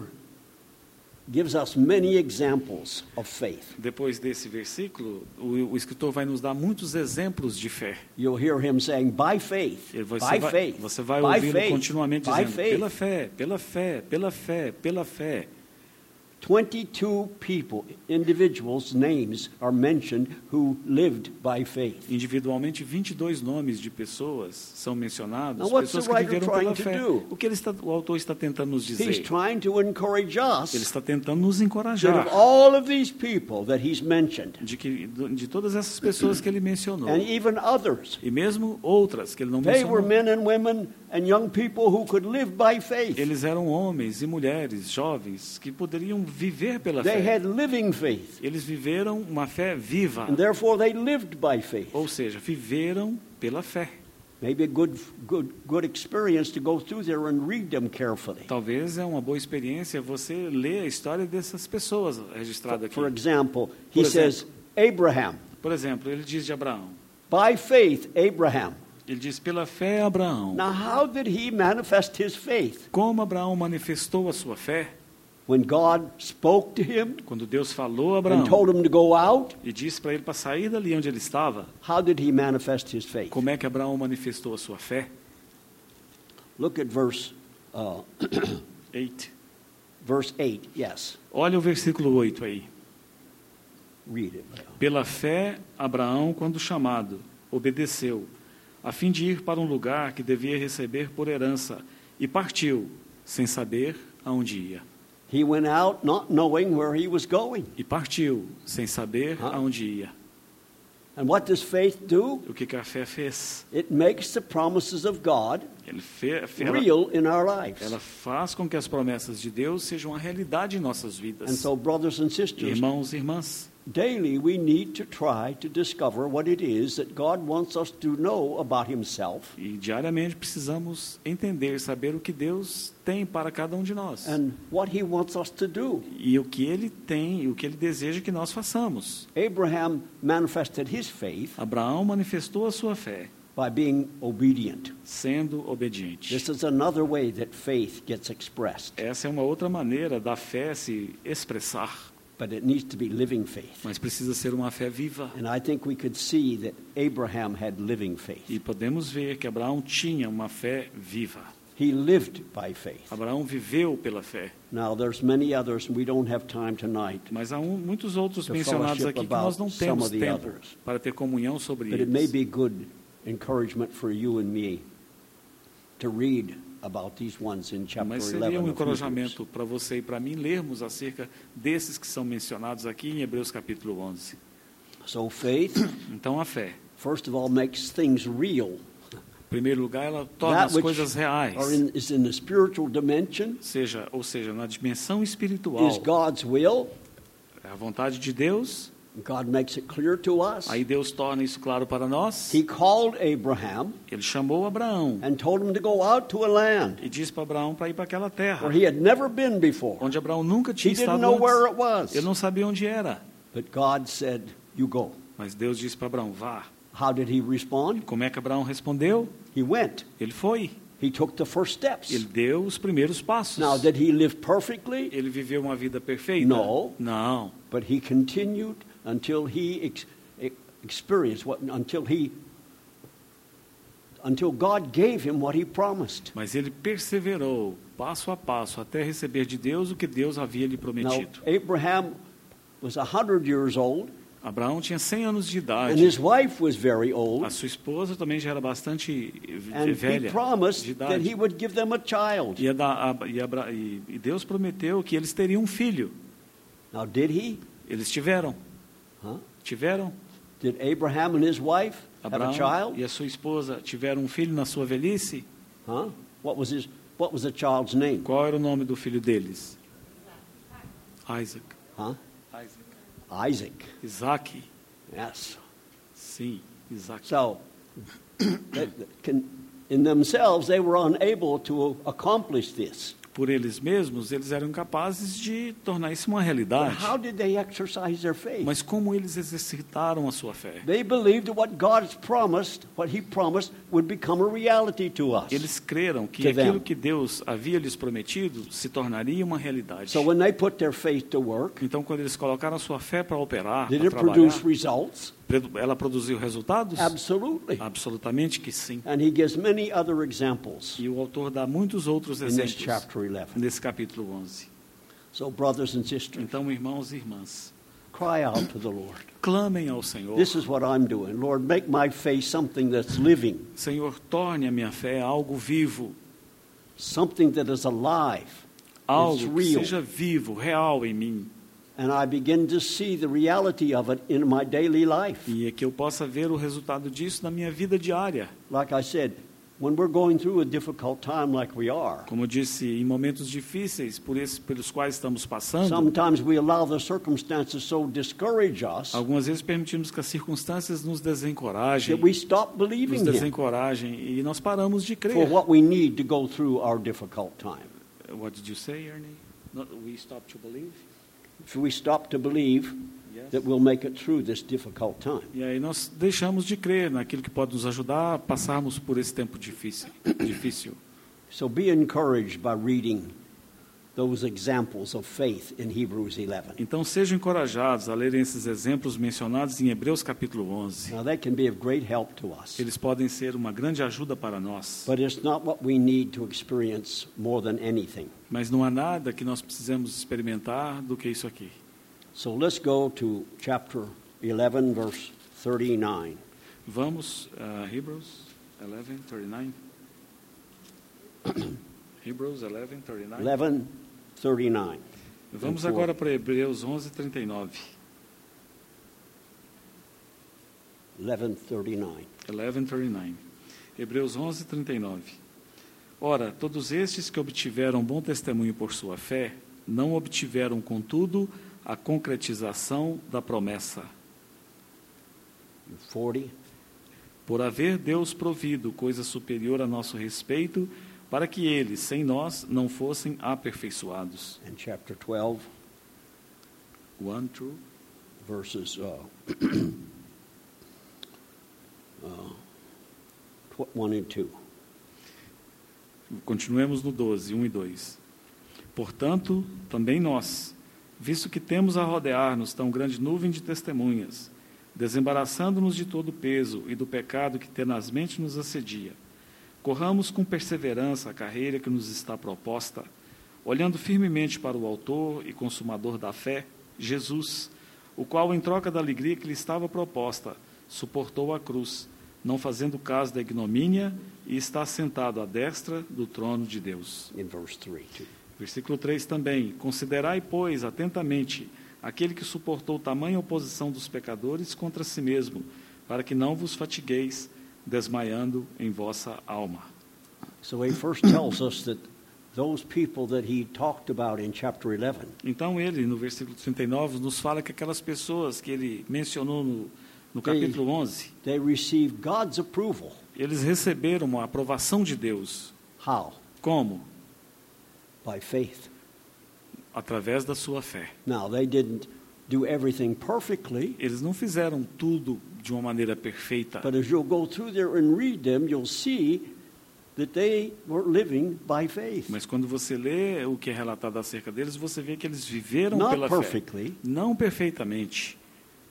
A: gives us many examples of faith.
B: Depois desse versículo, o, o escritor vai nos dar muitos exemplos de fé.
A: You'll hear him saying, by faith,
B: Ele- Você
A: by
B: vai,
A: faith,
B: você vai
A: by
B: ouvi-lo
A: faith,
B: continuamente
A: by
B: dizendo,
A: faith.
B: pela fé, pela fé, pela fé, pela fé.
A: 22 people, individuals' names are mentioned who lived by faith.
B: Individualmente, 22 nomes de pessoas são mencionados,
A: Now, what's
B: pessoas
A: the
B: que
A: writer
B: viveram pela
A: trying to
B: fé.
A: do?
B: O que ele está, o autor está tentando nos
A: He's
B: dizer?
A: trying to encourage
B: Ele
A: us
B: está tentando nos
A: that
B: encorajar
A: of all of these people that he's mentioned,
B: de que de todas essas pessoas que ele mencionou
A: and even others,
B: e mesmo outras que ele não
A: they were
B: mencionou.
A: men and women and young people who could live by faith.
B: Eles eram homens e mulheres jovens que poderiam viver pela
A: They
B: fé.
A: had living faith,
B: Eles viveram uma fé viva,
A: and therefore they lived by faith.
B: ou seja, viveram pela fé.
A: Maybe a good, good, good experience to go through there and read them carefully.
B: Talvez é uma boa experiência você ler a história dessas pessoas registrada aqui.
A: For example, he
B: Por exemplo.
A: says, Abraham,
B: Por exemplo, ele diz de Abraão.
A: by faith, Abraham.
B: Ele diz pela fé Abraão.
A: Now, how did he manifest his faith?
B: Como Abraão manifestou a sua fé
A: When God spoke to him
B: quando Deus falou a
A: and
B: Abraão
A: told him to go out,
B: e disse para ele para sair dali onde ele estava.
A: how did he manifest his faith?
B: Como é que Abraão manifestou a sua fé?
A: Look at verse, uh,
B: 8.
A: verse 8. Yes,
B: Olha o versículo 8 aí.
A: read it.
B: Pela fé, Abraão, quando chamado, obedeceu, a fim de ir para um lugar que devia receber por herança, e partiu, sem saber aonde ia.
A: He went out not knowing where he was going.
B: E partiu, sem saber
A: Ah.
B: aonde ia.
A: And what does faith do?
B: O que, que a fé fez?
A: It makes the promises of God
B: Ele fe, fe- ela,
A: real in our lives.
B: ela faz com que as promessas de Deus sejam a realidade em nossas vidas.
A: And so, brothers and sisters,
B: Irmãos e irmãs,
A: daily we need to try to discover what it is that God wants us to know about Himself
B: e diariamente precisamos entender, saber o que Deus tem para cada um de nós.
A: and what He wants us to do.
B: e o que ele tem e o que ele deseja que nós façamos.
A: Abraham manifested his faith
B: Abraão manifestou a sua fé
A: by being obedient.
B: sendo obediente.
A: This is another way that faith gets expressed,
B: Essa é uma outra maneira da fé se expressar,
A: but it needs to be living faith.
B: mas precisa ser uma fé viva.
A: And I think we could see that Abraham had living faith.
B: E podemos ver que Abraão tinha uma fé viva.
A: He lived by faith.
B: Abraão viveu pela fé.
A: Now there's many others and we don't have time tonight,
B: Mas há um, muitos outros
A: The
B: mencionados
A: fellowship
B: aqui que nós não
A: about some
B: temos
A: of the
B: tempo
A: others.
B: para ter comunhão sobre
A: but it may
B: eles.
A: be good encouragement for you and me to read about these ones in chapter
B: Mas seria
A: 11
B: um
A: of Hebrews.
B: encorajamento para você e para mim lermos acerca desses que são mencionados aqui em Hebreus capítulo 11.
A: So faith
B: Então a fé,
A: first of all makes things real.
B: em primeiro lugar, ela torna
A: That
B: as
A: which
B: coisas reais.
A: are in, is in the spiritual dimension
B: Seja, ou seja, na dimensão
A: is
B: espiritual,
A: God's will.
B: é a vontade de Deus,
A: God makes it clear to us.
B: aí Deus torna isso claro para nós.
A: He called Abraham
B: Ele chamou Abraão
A: and told him to go out to a land
B: e disse para Abraão para ir para aquela terra,
A: where he had never been before.
B: onde Abraão nunca tinha
A: He didn't
B: estado
A: know where
B: antes.
A: it was.
B: Ele não sabia onde era,
A: But God said, You go.
B: mas Deus disse para Abraão, vá.
A: How did he respond?
B: Como é que Abraão respondeu?
A: He went.
B: Ele foi.
A: He took the first steps.
B: Ele deu os primeiros passos.
A: Now, did he live perfectly?
B: Ele viveu uma vida perfeita?
A: No.
B: Não.
A: But he continued until he ex- e- experienced what, until he, until God gave him what he promised.
B: Mas ele perseverou passo a passo até receber de Deus o que Deus havia lhe
A: Now,
B: prometido.
A: Abraham was 100 years old,
B: Abraão tinha 100 anos de
A: and
B: idade.
A: his wife was very old,
B: A sua esposa também já era bastante eh,
A: and he
B: velha de
A: promised that
B: idade.
A: he would give them a child.
B: E, Ada- Ab- e Abra- e- e Deus prometeu que eles teriam um filho.
A: Now, did he?
B: Eles tiveram.
A: Huh?
B: Tiveram.
A: Did Abraham and his wife have a
B: Abraão
A: child?
B: e a sua esposa tiveram um filho na sua velhice.
A: Huh? What was his? What was the child's name?
B: Qual era o nome do filho deles? Isaac.
A: Huh?
B: Isaac.
A: Isaac.
B: Isaac.
A: Yes.
B: Sim, Isaac.
A: So, [clears throat] they, they can, in themselves, they were unable to accomplish this.
B: Por eles mesmos, eles eram capazes de tornar isso uma
A: But
B: realidade.
A: how did they exercise their faith?
B: Mas como eles exercitaram a sua fé?
A: They believed that what God's promised, what He promised, would become a reality to us.
B: Eles creram que
A: To them.
B: aquilo que Deus havia lhes prometido se tornaria uma realidade.
A: So when they put their faith to work,
B: Então, quando eles colocaram a sua fé para operar,
A: did
B: para
A: it
B: trabalhar,
A: produce results?
B: produ- ela produziu resultados?
A: Absolutely.
B: Absolutamente que sim.
A: And He gives many other examples
B: E o autor dá muitos outros
A: in this
B: exemplos
A: chapter 11.
B: nesse capítulo 11.
A: So, brothers and sisters,
B: Então, irmãos e irmãs,
A: cry out to the Lord.
B: clamem ao Senhor.
A: This is what I'm doing. Lord, make my faith something that's living,
B: Senhor, torne a minha fé algo vivo,
A: something that is alive. It's
B: algo que
A: real.
B: seja vivo, real em mim,
A: And I begin to see the reality of it in my daily life.
B: e é que eu possa ver o resultado disso na minha vida diária.
A: Like I said, when we're going through a difficult time like we are,
B: Como eu disse, em momentos difíceis por esse, pelos quais estamos passando,
A: Sometimes we allow the circumstances so discourage us
B: algumas vezes permitimos que as circunstâncias nos desencorajem,
A: that we stop
B: nos
A: believing Him
B: desencorajem, e nós paramos de
A: for
B: crer.
A: what we need to go through our difficult time.
B: What did you say, Ernie? Not, we stop to believe?
A: If we stop to believe
B: Yes.
A: that we'll make it through this difficult time.
B: E aí nós deixamos de crer naquilo que pode nos ajudar a passarmos por esse tempo difícil. [coughs] difícil.
A: So be encouraged by reading those examples of faith in Hebrews 11.
B: Então sejam encorajados a lerem esses exemplos mencionados em Hebreus capítulo 11.
A: Now, they can be of great help to us,
B: Eles podem ser uma grande ajuda para nós,
A: but it's not what we need to experience more than anything.
B: mas não há nada que nós precisamos experimentar do que isso aqui.
A: So let's go to chapter 11, verse 39.
B: Vamos a Hebrews 11, 39. [coughs] Hebrews 11, 39.
A: 11, 39.
B: Vamos agora para Hebreus 11, 39.
A: 1139.
B: 11:39. Hebreus 11:39. Ora, todos estes que obtiveram bom testemunho por sua fé, não obtiveram, contudo, a concretização da promessa.
A: 40.
B: Por haver Deus provido coisa superior a nosso respeito, para que eles, sem nós, não fossem aperfeiçoados.
A: And chapter 12,
B: One true.
A: verses uh, [clears throat] uh, tw- 1 and 2.
B: Continuemos no 12, 1 e 2. Portanto, também nós, visto que temos a rodear-nos tão grande nuvem de testemunhas, desembaraçando-nos de todo o peso e do pecado que tenazmente nos assedia, corramos com perseverança a carreira que nos está proposta, olhando firmemente para o Autor e Consumador da fé, Jesus, o qual, em troca da alegria que lhe estava proposta, suportou a cruz, não fazendo caso da ignomínia, e está sentado à destra do trono de Deus.
A: In verse 3, too.
B: Versículo 3 também: Considerai, pois, atentamente aquele que suportou tamanha oposição dos pecadores contra si mesmo, para que não vos fatigueis, desmaiando em vossa alma.
A: So he first tells us that those people that he talked about in chapter 11
B: Então ele, no versículo 39, nos fala que aquelas pessoas que ele mencionou no, no capítulo 11,
A: they received God's approval.
B: eles receberam uma aprovação de Deus.
A: How?
B: Como?
A: By faith.
B: Através da sua fé.
A: Now, they didn't do everything perfectly,
B: Eles não fizeram tudo de uma maneira perfeita,
A: but as you'll go through there and read them, you'll see that they were living by faith.
B: mas quando você lê o que é relatado acerca deles, você vê que eles viveram
A: Not
B: pela fé.
A: perfectly,
B: Não perfeitamente,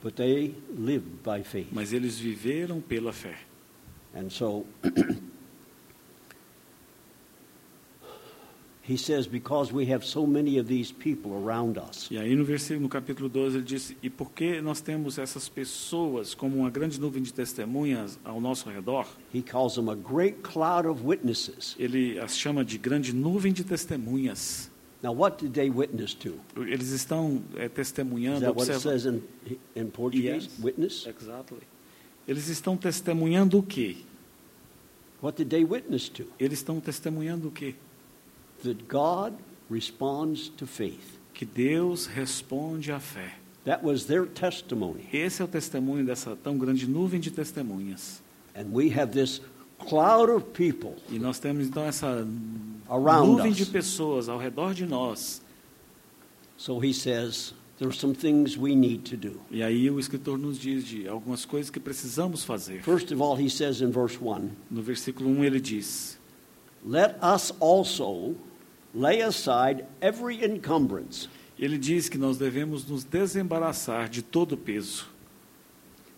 A: but they lived by faith.
B: mas eles viveram pela fé.
A: And so [clears throat] he says, because we have so many of these people around us,
B: E aí no versículo, no capítulo 12, ele disse: "E porque nós temos essas pessoas como uma grande nuvem de testemunhas ao nosso redor,
A: he calls them a great cloud of witnesses.
B: ele as chama de grande nuvem de testemunhas.
A: Now, what did they witness to?
B: Eles estão é,
A: Is
B: testemunhando,
A: that what it
B: observa.
A: says in, in Portuguese?
B: Yes.
A: Witness?
B: Exactly. Eles estão testemunhando o quê?
A: What did they witness to?
B: Eles estão testemunhando o quê?
A: That God responds to faith.
B: Que Deus responde à fé.
A: That was their testimony.
B: Esse é o testemunho dessa tão grande nuvem de testemunhas.
A: And we have this cloud of people
B: E nós temos então essa
A: Around
B: nuvem
A: us.
B: de pessoas ao redor de nós.
A: So he says, there are some things we need to do.
B: E aí o escritor nos diz de algumas coisas que precisamos fazer.
A: First of all, he says in verse 1
B: No versículo 1 ele diz:
A: Let us also lay aside every encumbrance.
B: Ele diz que nós devemos nos desembaraçar de todo o peso.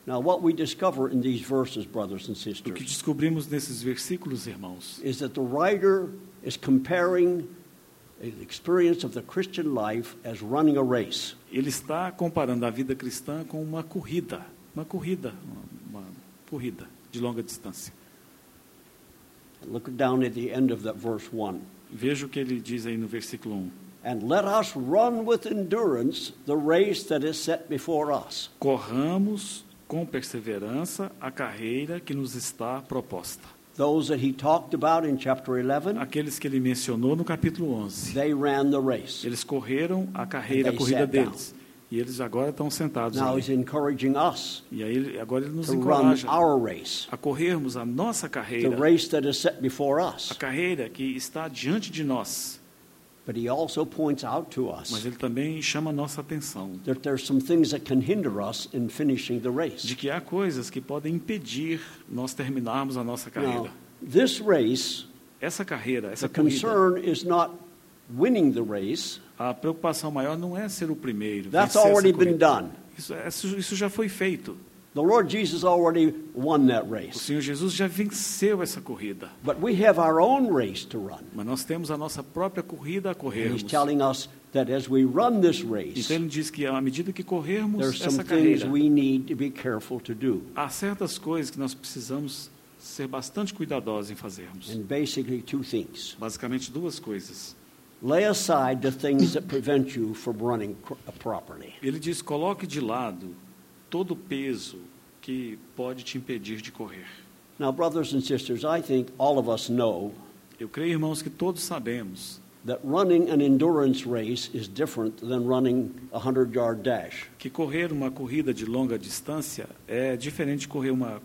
A: Now, what we discover in these verses, brothers and
B: O que
A: sisters,
B: descobrimos nesses versículos, irmãos,
A: is that the writer is comparing the experience of the Christian life as running a race.
B: ele está comparando a vida cristã com uma corrida, uma corrida, uma, uma corrida de longa distância.
A: Look down at the end of that verse 1.
B: Veja o que ele diz aí no versículo 1.
A: And let us run with endurance the race that is set before us.
B: Corramos com perseverança a carreira que nos está proposta.
A: Those that he talked about in chapter 11,
B: Aqueles que ele mencionou no capítulo 11.
A: they ran the race.
B: Eles correram a carreira, a
A: And they
B: corrida
A: sat down.
B: deles. E eles agora estão sentados.
A: Now
B: ali.
A: he's encouraging us
B: E aí ele- agora ele nos
A: to run
B: encoraja
A: our race,
B: a corrermos a nossa
A: the
B: carreira,
A: race that is set before
B: a
A: us.
B: carreira que está diante de nós.
A: But he also points out to us
B: Mas ele também chama a nossa atenção
A: that there's some things that can hinder us in finishing the
B: de
A: race.
B: que há coisas que podem impedir nós terminarmos a nossa
A: Now,
B: carreira.
A: this race,
B: Essa carreira, essa
A: the
B: corrida,
A: concern is not winning the race.
B: a preocupação maior não é ser o primeiro.
A: That's
B: vencer essa
A: already
B: corrida.
A: been done.
B: Isso, isso- isso já foi feito.
A: The Lord Jesus already won that
B: O
A: race.
B: Senhor Jesus já venceu essa corrida.
A: But we have our own race to run.
B: Mas nós temos a nossa própria corrida a
A: And
B: corrermos.
A: he's telling us that as we run this
B: Então
A: race,
B: ele diz que à medida que corrermos
A: there's
B: essa
A: some things
B: carreira,
A: we need to be careful to do.
B: há certas coisas que nós precisamos ser bastante cuidadosos em fazermos.
A: And basically, two things.
B: Basicamente duas coisas.
A: Lay aside the things that prevent you from running cr- uh, properly.
B: Ele diz: coloque de lado todo o peso que pode te impedir de correr.
A: Now, brothers and sisters, I think all of us know
B: Eu creio, irmãos, que todos sabemos
A: that running an endurance race is different than running a 100 yard dash.
B: que correr uma corrida de longa distância é diferente de correr uma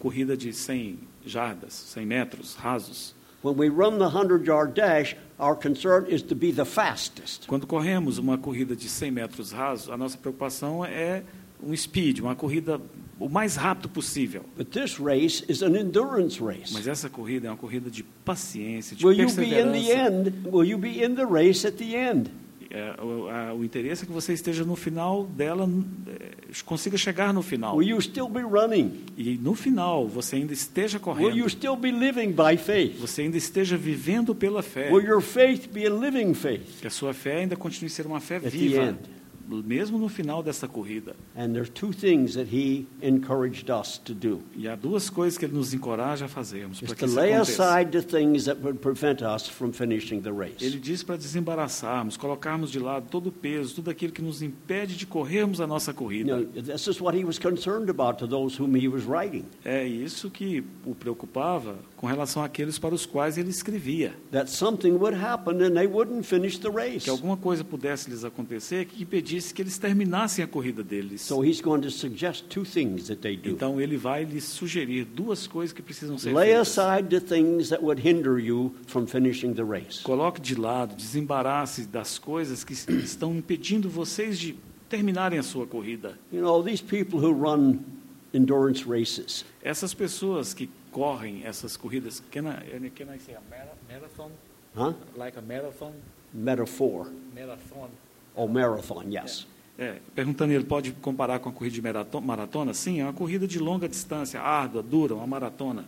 B: corrida de 100 jardas, 100 metros rasos.
A: When we run the 100 yard dash, our concern is to be the fastest.
B: Quando corremos uma corrida de 100 metros rasos, a nossa preocupação é um speed, uma corrida o mais rápido possível.
A: But this race is an endurance race.
B: Mas essa corrida é uma corrida de paciência, de
A: Will you be in the
B: perseverança.
A: end? Will you be in the race at the end?
B: É, o, a- o interesse é que você esteja no final dela, é, consiga chegar no final.
A: Will you still be running?
B: E no final você ainda esteja
A: Will you
B: correndo,
A: still be living by faith?
B: você ainda esteja vivendo pela fé.
A: Will your faith be a living faith?
B: Que a sua fé ainda continue a ser uma fé
A: At the
B: viva,
A: end.
B: mesmo no final dessa corrida.
A: And there are two things that he encouraged us to do.
B: E há duas coisas que ele nos encoraja a fazermos
A: Is
B: para
A: to
B: que isso
A: lay
B: aconteça.
A: aside the things that would prevent us from finishing the race.
B: Ele diz para desembaraçarmos, colocarmos de lado todo o peso, tudo aquilo que nos impede de corrermos a nossa
A: You
B: corrida.
A: know, this is what he was concerned about to those whom he was writing.
B: É isso que o preocupava com relação àqueles para os quais ele escrevia.
A: That something would happen and they wouldn't finish the race.
B: Que alguma coisa pudesse lhes acontecer que impedisse que eles terminassem a corrida deles.
A: So he's going to suggest two things that they do.
B: Então ele vai lhes sugerir duas coisas que precisam ser
A: Lay
B: feitas.
A: aside the things that would hinder you from finishing the race.
B: Coloque de lado, desembarace das coisas que s- estão impedindo vocês de terminarem a sua corrida.
A: You know, these people who run endurance races,
B: Essas pessoas que correm essas corridas, can I, can I say a mara- marathon?
A: huh?
B: Like a marathon?
A: Metaphor
B: Marathon.
A: or marathon, yes.
B: É, perguntando, ele pode comparar com a corrida de marato- maratona? Sim, é uma corrida de longa distância, árdua, dura, uma maratona.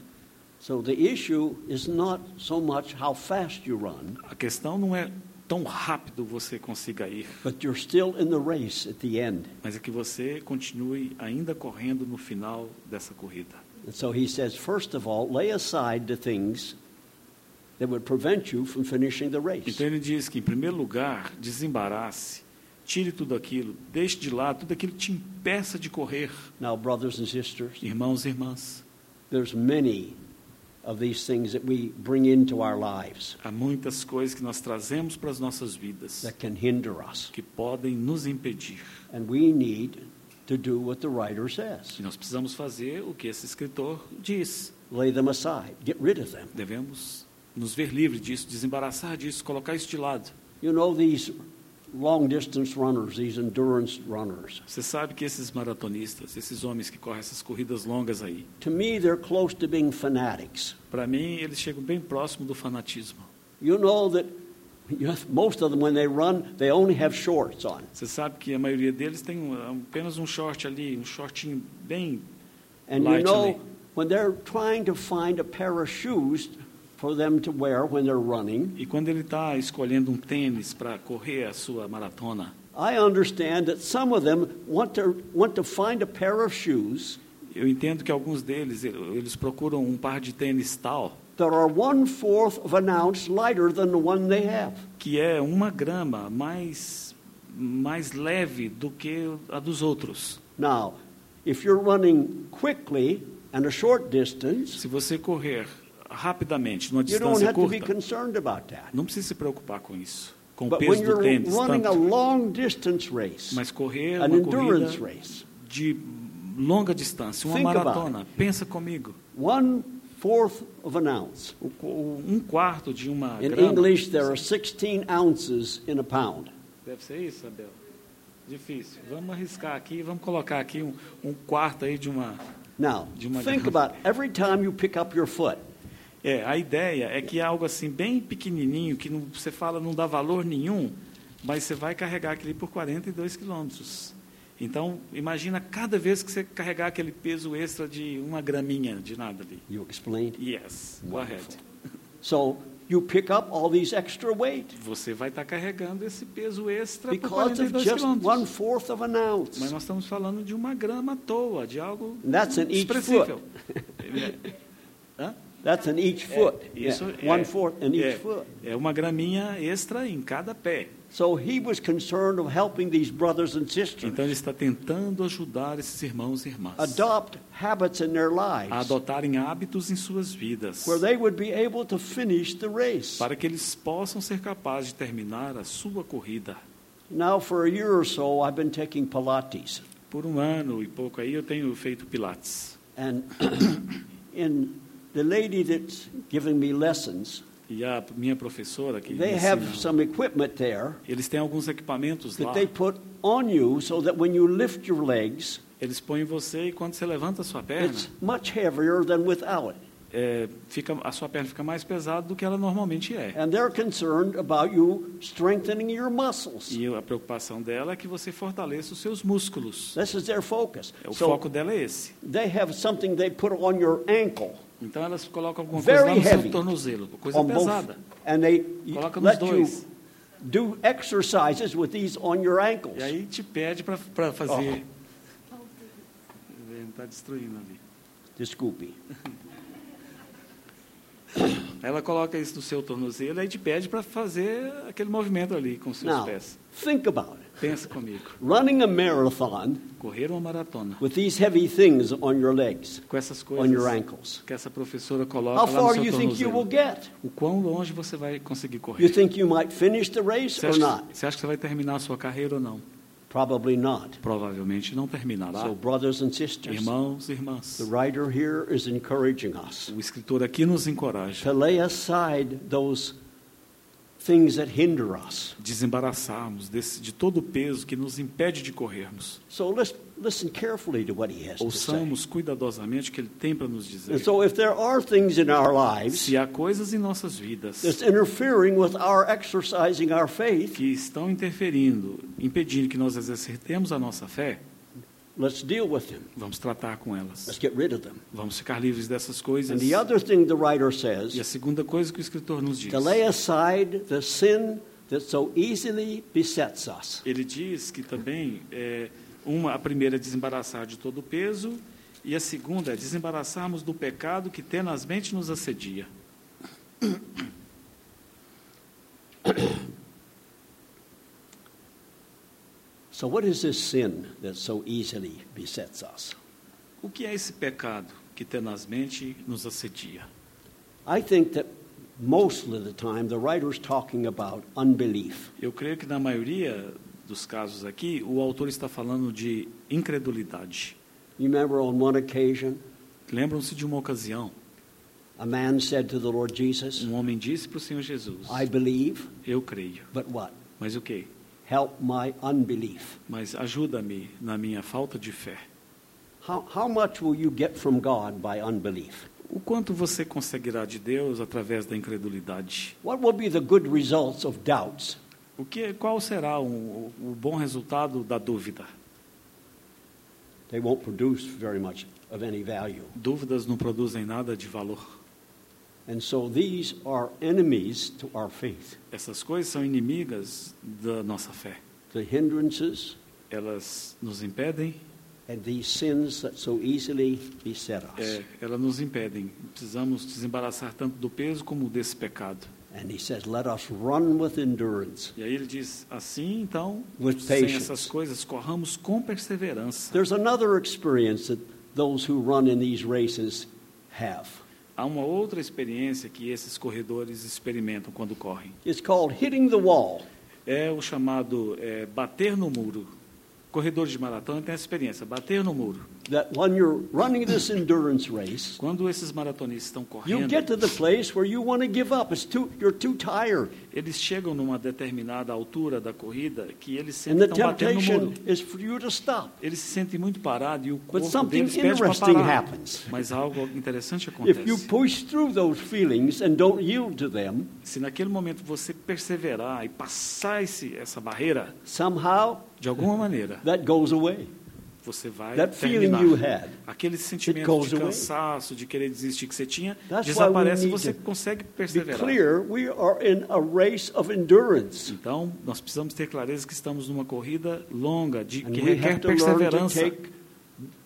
A: So the issue is not so much how fast you run,
B: A questão não é tão rápido você consiga ir,
A: but you're still in the race at the end.
B: mas é que você continue ainda correndo no final dessa corrida.
A: And so he says, first of all, lay aside the things that would prevent you from finishing the race.
B: Então ele diz que, em primeiro lugar, desembarace, tire tudo aquilo, deixe de lado tudo aquilo que te impeça de correr.
A: Now, brothers and sisters,
B: Irmãos e irmãs,
A: there's many of these things that we bring into our lives
B: há muitas coisas que nós trazemos para as nossas vidas
A: that can hinder us.
B: que podem nos impedir.
A: And we need to do what the writer says
B: E nós precisamos fazer o que esse escritor diz.
A: lay them aside, get rid of them.
B: Devemos nos ver livres disso, desembaraçar disso, colocar isso de lado.
A: You know, these long distance runners, these endurance runners,
B: Você sabe que esses maratonistas, esses homens que correm essas corridas longas aí,
A: to me, they're close to being fanatics.
B: para mim eles chegam bem próximo do fanatismo.
A: You know that [laughs] you- most of them, when they run, they only have shorts on.
B: Você sabe que a maioria deles tem um- apenas um short ali, um shortinho bem.
A: And you
B: Lightly.
A: know, when they're trying to find a pair of shoes for them to wear when they're running,
B: E quando ele está escolhendo um tênis para correr a sua maratona,
A: I understand that some of them want to, want to find a pair of shoes
B: eu entendo que alguns deles ele- eles procuram um par de tênis tal
A: that are one fourth of an ounce lighter than the one they have.
B: que é uma grama mais mais leve do que a dos outros.
A: Now, if you're running quickly and a short distance,
B: Se você correr rapidamente, numa
A: you don't
B: distância
A: have to be
B: curta,
A: concerned about that.
B: não precisa se preocupar com isso, com o
A: But when
B: peso do
A: you're
B: tênis,
A: running a
B: tanto.
A: long distance race,
B: mas correr
A: an
B: uma
A: endurance
B: corrida
A: race,
B: de longa distância, uma
A: Think about
B: maratona, pensa comigo,
A: one fourth of an ounce.
B: o- o- um quarto de uma
A: In
B: grama,
A: English, there are 16 ounces in a pound.
B: deve ser isso, Abel. Difícil. Vamos arriscar aqui, vamos colocar aqui um, um quarto aí de uma.
A: Now,
B: De uma
A: think
B: grama.
A: about every time you pick up your foot,
B: É, a ideia é que é algo assim bem pequenininho que não, você fala não dá valor nenhum, mas você vai carregar aquele por 42 quilômetros. Então imagina cada vez que você carregar aquele peso extra de uma graminha de nada ali.
A: you explained.
B: Yes, go ahead.
A: So you pick up all these extra weight
B: Você vai estar carregando esse peso extra por
A: because of
B: 42
A: just one
B: quilômetros.
A: fourth of an
B: Mas
A: ounce.
B: nós estamos falando de uma grama à toa, de algo
A: And that's in each
B: desprezível. É. Hã?
A: That's in each
B: Eh,
A: foot.
B: Isso
A: Yeah,
B: é-
A: One fourth in
B: é-
A: each foot.
B: É uma graminha extra em cada pé.
A: So he was concerned of helping these brothers and
B: Então
A: sisters
B: ele está tentando ajudar esses irmãos e irmãs
A: adopt habits in their
B: a
A: lives
B: adotarem hábitos em suas vidas,
A: where they would be able to finish the race.
B: para que eles possam ser capazes de terminar a sua corrida.
A: Now, for a year or so, I've been taking Pilates.
B: Por um ano e pouco aí eu tenho feito pilates.
A: And [clears throat] in the lady that's giving me lessons,
B: E a minha professora que me
A: they have
B: ensina,
A: some equipment there
B: eles têm alguns equipamentos lá.
A: that they put on you so that when you lift your legs,
B: Eles põem você e quando você levanta a sua perna,
A: it's much heavier than without it.
B: é, fica, a sua perna fica mais pesada do que ela normalmente é.
A: And they're concerned about you strengthening your muscles.
B: E a preocupação dela é que você fortaleça os seus músculos.
A: This is their focus.
B: O
A: So
B: foco dela é esse.
A: they have something they put on your ankle,
B: Então elas colocam alguma coisa lá
A: very
B: no
A: heavy,
B: seu tornozelo, uma coisa
A: on
B: pesada.
A: both, and they
B: Coloca nos
A: let you
B: dois.
A: do exercises with these on your
B: E
A: ankles.
B: aí te pede para fazer. Ele tá destruindo ali.
A: Desculpe.
B: Ela coloca isso no seu tornozelo e aí te pede para fazer aquele movimento ali com seus
A: Now,
B: pés.
A: think about it.
B: Pensa comigo.
A: Running a marathon
B: Correr uma maratona
A: with these heavy things on your legs,
B: com essas
A: on your
B: coisas
A: ankles.
B: que essa professora coloca
A: How
B: lá no
A: far do
B: seu
A: you think you will
B: tornozelo.
A: get?
B: O quão longe você vai conseguir correr?
A: You think you might finish the race
B: Você
A: or
B: acha,
A: not?
B: você acha que você vai terminar a sua carreira ou não?
A: Probably not.
B: Provavelmente não terminará.
A: So, brothers and sisters,
B: Irmãos e irmãs,
A: the writer here is encouraging us
B: o escritor aqui nos encoraja
A: to lay aside those things that hinder us.
B: desembaraçarmos desse, de todo o peso que nos impede de corrermos.
A: So let's listen carefully to what he has to say.
B: Ouçamos cuidadosamente o que Ele tem para nos dizer.
A: And so if there are things in our lives
B: Se há coisas em nossas vidas
A: that's interfering with our exercising our faith,
B: que estão interferindo, impedindo que nós exercitemos a nossa fé,
A: let's deal with them.
B: vamos tratar com
A: Let's
B: elas.
A: get rid of them.
B: Vamos ficar livres dessas coisas.
A: And the other thing the writer
B: E a
A: says,
B: segunda coisa que o escritor nos diz,
A: to lay aside the sin that so easily besets us.
B: ele diz que também é, uma, a primeira é desembaraçar de todo o peso e a segunda é desembaraçarmos do pecado que tenazmente nos assedia.
A: So what is this sin that so easily besets us?
B: O que é esse pecado que tenazmente nos assedia?
A: I think that most of the time the writer's talking about unbelief.
B: Eu creio que na maioria dos casos aqui, o autor está falando de incredulidade.
A: You remember on one occasion,
B: Lembram-se de uma ocasião,
A: a man said to the Lord Jesus,
B: um homem disse para o Senhor Jesus:
A: I believe,
B: Eu creio,
A: but what?
B: mas o quê?
A: Help my unbelief.
B: Mas ajuda-me na minha falta de fé.
A: How, how much will you get from God by unbelief?
B: O quanto você conseguirá de Deus através da incredulidade?
A: What will be the good results of doubts?
B: O que, qual será o, o bom resultado da dúvida?
A: They won't produce very much of any value.
B: Dúvidas não produzem nada de valor.
A: And so these are enemies to our faith.
B: Essas coisas são inimigas da nossa fé.
A: The hindrances
B: Elas nos impedem,
A: and these sins that so easily beset us.
B: é, elas nos impedem. Precisamos desembaraçar tanto do peso como desse pecado.
A: And he says, Let us run with endurance.
B: E aí ele diz: assim, então,
A: With
B: sem
A: patience.
B: essas coisas, corramos com perseverança.
A: There's another experience that those who run in these races have.
B: Há uma outra experiência que esses corredores experimentam quando correm.
A: It's called hitting the wall.
B: É o chamado é, bater no muro. Corredores de maratona têm essa experiência, bater no muro.
A: That when you're running this endurance race,
B: Quando esses maratonistas estão
A: you
B: correndo,
A: get to the place where you want to give up. It's too, you're too tired.
B: eles chegam numa determinada altura da corrida que eles
A: And
B: sempre
A: the
B: estão batendo no muro.
A: temptation is for you to stop.
B: Eles se sentem muito parados e o corpo
A: something
B: deles pede para
A: interesting
B: parar.
A: happens.
B: Mas algo interessante
A: If you
B: acontece.
A: push through those feelings and don't yield to them,
B: Se naquele momento você perseverar e passar esse, essa barreira,
A: somehow
B: de alguma maneira,
A: that goes away.
B: você vai
A: That feeling
B: terminar.
A: you had.
B: Aquele sentimento
A: goes
B: de
A: away.
B: cansaço, de querer desistir que você tinha,
A: That's why we
B: desaparece e
A: need
B: você
A: to
B: consegue
A: Be
B: perseverar.
A: clear, we are in a race of endurance.
B: Então, nós precisamos ter clareza que estamos numa corrida longa, de,
A: And
B: que
A: we
B: requer
A: have to learn to
B: perseverança.
A: take,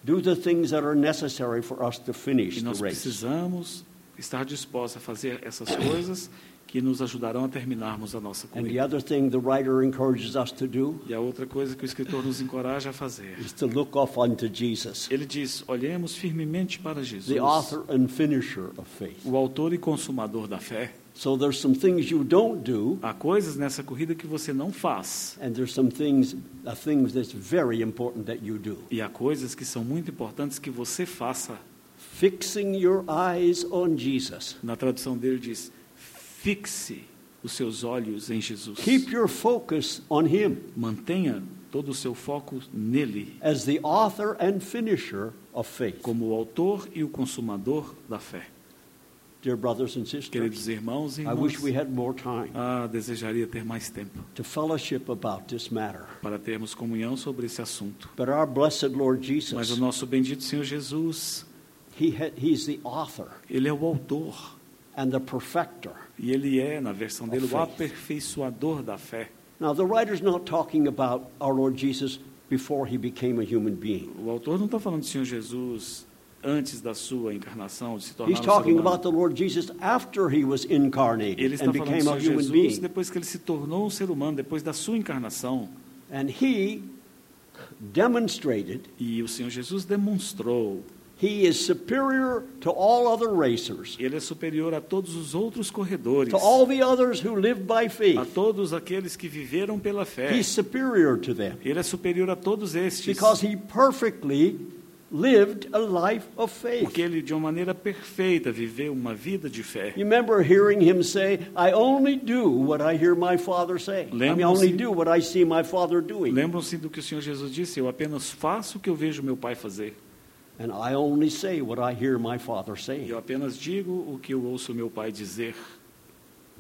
A: do the things that are necessary for us to finish
B: E
A: the
B: nós
A: race.
B: precisamos estar dispostos a fazer essas coisas que nos ajudarão a terminarmos a nossa
A: And the
B: corrida.
A: other thing the writer encourages us to do
B: E a outra coisa que o escritor nos encoraja a fazer.
A: is to look up unto Jesus,
B: Ele diz: olhemos firmemente para Jesus,
A: the author and finisher of faith.
B: o autor e consumador da fé.
A: So there's some things you don't do,
B: Há coisas nessa corrida que você não faz,
A: and there's some things, uh, things that's very important that you do.
B: e há coisas que são muito importantes que você faça.
A: Fixing your eyes on Jesus.
B: Na tradução dele diz: fixe os seus olhos em Jesus.
A: Keep your focus on Him
B: Mantenha todo o seu foco nele,
A: as the author and finisher of faith.
B: como o autor e o consumador da fé.
A: Dear brothers and sisters,
B: Queridos irmãos e
A: I wish we
B: irmãs,
A: had more time
B: ah, desejaria ter mais tempo
A: to fellowship about this matter.
B: para termos comunhão sobre esse assunto.
A: But our blessed Lord
B: Mas o
A: Jesus,
B: nosso bendito Senhor Jesus,
A: he ha- He's the author
B: ele é o autor
A: and the perfecter.
B: e ele é, na versão dele, o
A: Faith.
B: aperfeiçoador da fé.
A: Now, the writer's not talking about our Lord Jesus before he became a human being.
B: O autor não está falando do Senhor Jesus antes da sua encarnação, de se tornar
A: He's
B: um ser humano.
A: talking about the Lord Jesus after he was incarnated
B: Ele está
A: and
B: falando do
A: became a
B: Senhor
A: human
B: Jesus
A: being.
B: depois que ele se tornou um ser humano, depois da sua encarnação.
A: And he demonstrated
B: E o Senhor Jesus demonstrou,
A: he is superior to all other racers,
B: ele é superior a todos os outros corredores,
A: to all the others who live by
B: a
A: faith.
B: todos aqueles que viveram pela fé.
A: He's superior to them
B: Ele é superior a todos estes,
A: because he perfectly lived a life of faith.
B: Porque ele, de uma maneira perfeita, viveu uma vida de fé.
A: You remember hearing him say, I only do what I hear my father say. I mean, I only
B: Lembram-se-
A: do what I see my father doing.
B: Lembram-se do que o Senhor Jesus disse? Eu apenas faço o que eu vejo meu Pai fazer.
A: And I only say what I hear my father saying.
B: Eu apenas digo o que eu ouço meu Pai dizer.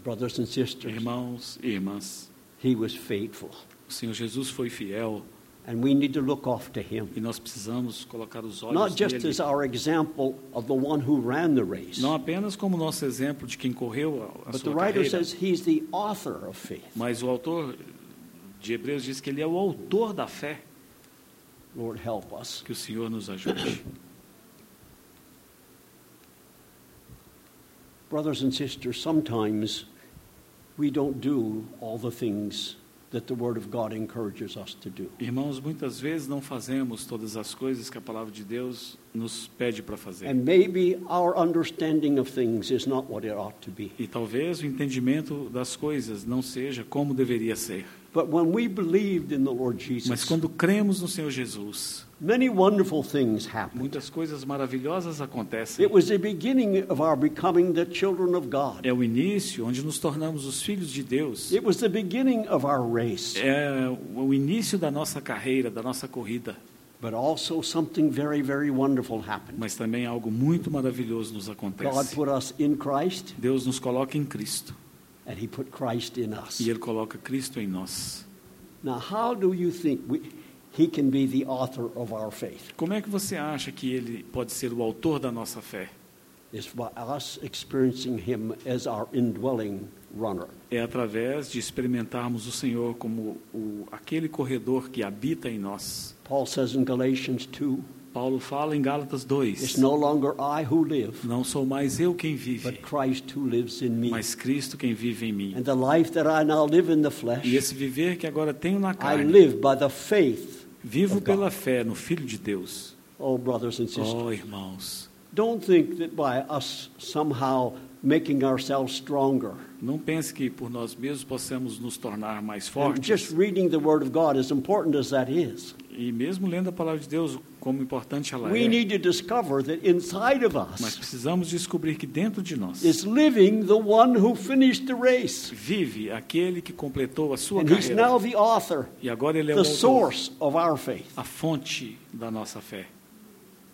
A: Brothers and sisters,
B: Irmãos e irmãs,
A: he was faithful.
B: o Senhor Jesus foi fiel
A: And we need to look off to him.
B: e nós precisamos colocar os olhos
A: Not just
B: nele.
A: as our example of the one who ran the race,
B: Não apenas como nosso exemplo de quem correu a, a
A: but the
B: sua
A: writer
B: carreira,
A: says he's the author of faith.
B: mas o autor de Hebreus diz que ele é o autor da fé.
A: Lord, help us.
B: Que o Senhor nos ajude.
A: [coughs] Brothers and sisters, sometimes we don't do all the things that the Word of God encourages us to do.
B: Irmãos, muitas vezes não fazemos todas as coisas que a palavra de Deus nos pede para fazer.
A: And maybe our understanding of things is not what it ought to be.
B: E talvez o entendimento das coisas não seja como deveria ser.
A: But when we believed in the Lord
B: Mas
A: Jesus,
B: quando cremos no Senhor Jesus,
A: many wonderful things happened.
B: muitas coisas maravilhosas acontecem.
A: It was the beginning of our becoming the children of God.
B: É o início onde nos tornamos os filhos de Deus.
A: It was the beginning of our race,
B: É o início da nossa carreira, da nossa corrida.
A: but also something very, very wonderful happened.
B: Mas também algo muito maravilhoso nos
A: God
B: acontece.
A: put us in Christ,
B: Deus nos coloca em Cristo
A: and He put Christ in us.
B: e Ele coloca Cristo em nós.
A: Now, how do you think we, He can be the author of our faith?
B: Como é que você acha que Ele pode ser o autor da nossa fé?
A: It's by us experiencing Him as our indwelling runner.
B: É através de experimentarmos o Senhor como o, aquele corredor que habita em nós.
A: Paul says in Galatians 2
B: Paulo fala em Gálatas 2:
A: It's no longer I who live,
B: Não sou mais eu quem
A: but
B: vive,
A: Christ who lives in me.
B: mas Cristo quem vive em mim.
A: And the life that I now live in the
B: E
A: flesh,
B: esse viver que agora tenho na
A: I
B: carne,
A: live by the faith.
B: vivo
A: of God.
B: pela fé no Filho de Deus.
A: Oh, brothers and sisters,
B: Oh, irmãos,
A: don't think that by us somehow making ourselves stronger.
B: não pense que por nós mesmos possamos nos tornar mais
A: And
B: fortes.
A: just reading the Word of God, as important as that is,
B: E mesmo lendo a palavra de Deus, como importante ela
A: we
B: é,
A: need to discover that inside of
B: mas
A: us
B: precisamos descobrir que dentro de nós
A: is living the one who finished the race.
B: vive aquele que completou a sua
A: And he's
B: carreira.
A: now the author,
B: E agora ele é o
A: the
B: autor,
A: source of our faith.
B: a fonte da nossa fé.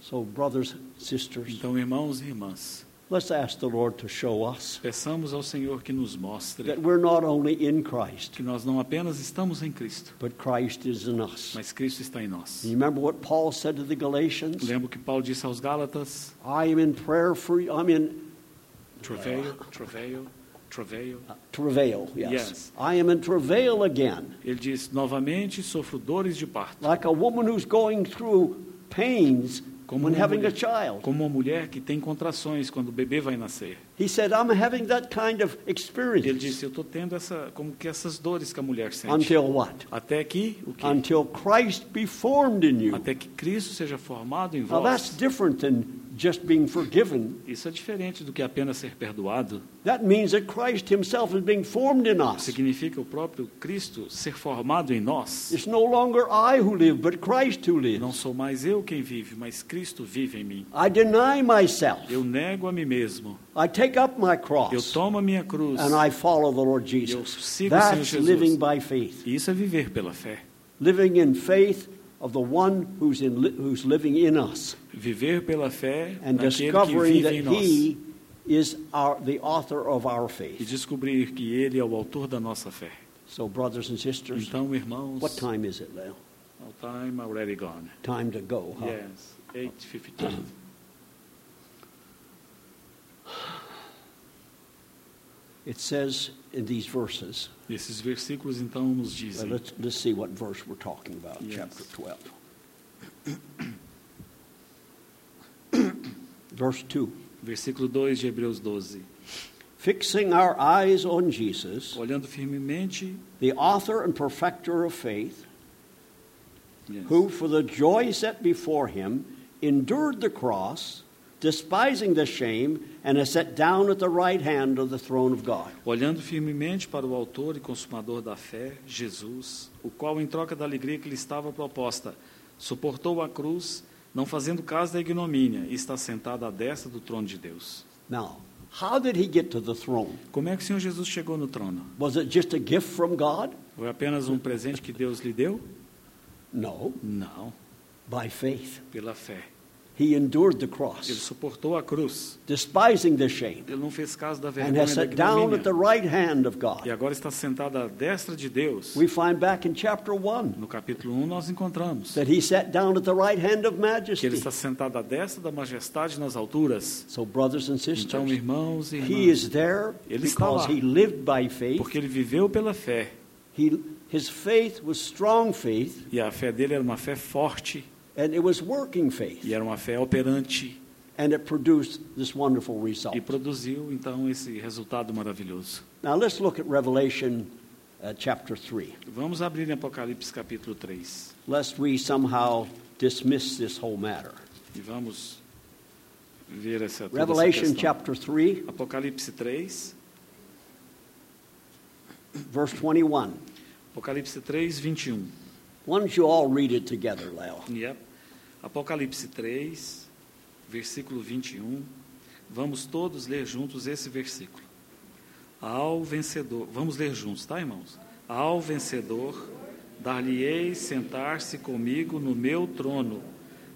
A: So, brothers, sisters,
B: Então, irmãos e irmãs,
A: let's ask the Lord to show us
B: peçamos ao Senhor que nos
A: that
B: mostre
A: we're not only in Christ,
B: que nós não apenas estamos em Cristo,
A: but Christ is in us.
B: mas Cristo está em nós.
A: You remember what Paul said to the Galatians?
B: Lembro que Paulo disse aos Gálatas,
A: I am in prayer for you. I'm in
B: travail, travail, travail.
A: travail, yes.
B: Yes.
A: I am in travail again,
B: Ele diz, novamente sofro dores de parto,
A: like a woman who's going through pains
B: Como
A: when
B: uma
A: having a
B: mulher.
A: child.
B: como uma mulher que tem contrações quando o bebê vai nascer.
A: He said, I'm having that kind of
B: Ele
A: experience.
B: disse, eu estou tendo essa, como que essas dores que a mulher sente.
A: Until what?
B: Até que, o quê?
A: Until Christ be formed in you.
B: Até que Cristo seja formado em
A: Now that's
B: vós.
A: different than just being forgiven.
B: Isso é diferente do que apenas ser perdoado.
A: That means that Christ himself is being formed in us.
B: Significa o próprio Cristo ser formado em nós.
A: It's no longer I who live, but Christ who
B: Não
A: lives.
B: sou mais eu quem vive, mas Cristo vive em mim.
A: I deny myself.
B: Eu nego a mim mesmo.
A: I take up my
B: Eu
A: cross
B: tomo a minha cruz.
A: and I follow the Lord
B: Eu
A: Jesus.
B: sigo o Senhor
A: That's
B: Jesus.
A: living by faith.
B: E isso é viver pela fé.
A: Living in faith of the one who's, in, who's living in us
B: Viver pela fé
A: and
B: naquele que
A: discovering
B: vive
A: that
B: em nós.
A: he is our, the author of our
B: E
A: faith.
B: descobrir que Ele é o autor da nossa fé.
A: So, brothers and sisters,
B: Então, irmãos,
A: what time is it now?
B: All time already gone.
A: Time to go, huh?
B: Yes, 8:15.
A: It says in these verses,
B: Esses versículos então nos
A: Well,
B: dizem.
A: let's, let's see what verse we're talking about,
B: Yes.
A: chapter 12. [clears throat] verse 2
B: Versículo 2 de Hebreus 12.
A: Fixing our eyes on Jesus,
B: Olhando firmemente,
A: the author and perfecter of faith,
B: yes,
A: who for the joy set before him endured the cross, despising the shame, and is set down at the right hand of the throne of God.
B: olhando firmemente para o autor e consumador da fé, Jesus, o qual em troca da alegria que lhe estava proposta, suportou a cruz, não fazendo caso da ignomínia, e está sentado à destra do trono de Deus.
A: Now, how did he get to the throne?
B: Como é que o Senhor Jesus chegou no trono?
A: Was it just a gift from God?
B: Foi apenas um presente que Deus lhe deu?
A: No,
B: Não,
A: by faith.
B: pela fé.
A: He endured the
B: Ele
A: cross,
B: suportou a cruz.
A: despising the shame,
B: Ele não fez caso da
A: and
B: vergonha
A: has
B: da
A: sat down at the
B: ignomínia.
A: right hand of
B: E
A: God.
B: agora está sentado à destra de Deus.
A: We find back in chapter 1
B: No capítulo 1 nós encontramos
A: that he sat down at the right hand of
B: que ele
A: majesty.
B: está sentado à destra da majestade nas alturas.
A: So, brothers and
B: Então,
A: sisters,
B: irmãos e
A: he
B: irmãs,
A: is there
B: Ele está
A: because
B: lá.
A: he lived by faith.
B: porque ele viveu pela fé,
A: He, his faith was strong faith,
B: e a fé dele era uma fé forte,
A: and it was working faith.
B: e era uma fé operante,
A: and it produced this wonderful result.
B: e produziu então esse resultado maravilhoso.
A: Now let's look at Revelation uh, chapter 3,
B: Vamos abrir em Apocalipse capítulo 3,
A: lest we somehow dismiss this whole matter.
B: e vamos ver essa, toda essa
A: Revelation
B: questão.
A: chapter 3,
B: Apocalipse 3,
A: verse 21.
B: Apocalipse 3, 21.
A: Why don't you all read it together, Lyle?
B: Yep. Apocalipse 3, versículo 21. Vamos todos ler juntos esse versículo. Ao vencedor, vamos ler juntos, tá, irmãos? Ao vencedor, dar-lhe-ei sentar-se comigo no meu trono,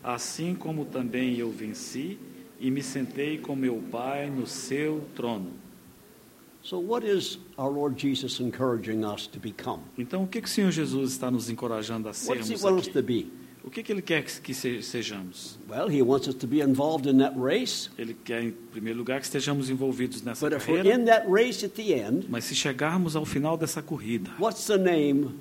B: assim como também eu venci e me sentei com meu Pai no seu trono.
A: So, what is our Lord Jesus encouraging us to become?
B: Então, o que, que o Senhor Jesus está nos encorajando a
A: What does He
B: sermos
A: want us to
B: aqui?
A: be?
B: O que, que Ele quer que se- sejamos?
A: Well, He wants us to be involved in that race,
B: Ele quer, em primeiro lugar, que estejamos envolvidos nessa
A: but if we're
B: carreira.
A: in that race at the end,
B: Mas se chegarmos ao final dessa corrida,
A: what's the name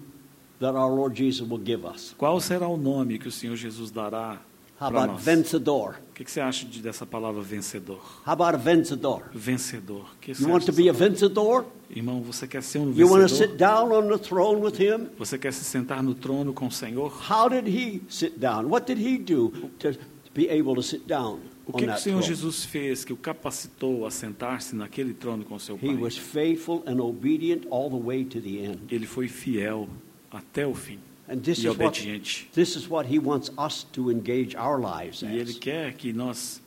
A: that our Lord Jesus will give us?
B: qual será o nome que o Senhor Jesus dará
A: How
B: para
A: about
B: nós?
A: vencedor?
B: O que, que você acha de, dessa palavra vencedor?
A: How about vencedor?
B: Vencedor. O Que você
A: You want
B: acha
A: to be a
B: dessa
A: vencedor?
B: palavra? Irmão, você quer ser um
A: You want to sit
B: vencedor?
A: down on the throne with him?
B: Você quer se sentar no trono com o Senhor?
A: How did he sit down? What did he do to, to be able to sit down
B: O
A: on
B: que, que o
A: that
B: Senhor
A: throne?
B: Jesus fez que o capacitou a sentar-se naquele trono com o seu
A: He
B: Pai?
A: was faithful and obedient all the way to the end.
B: Ele foi fiel até o fim
A: And this
B: e
A: is what
B: obediente.
A: this is what he wants us to engage our lives
B: E Ele
A: as.
B: quer que nós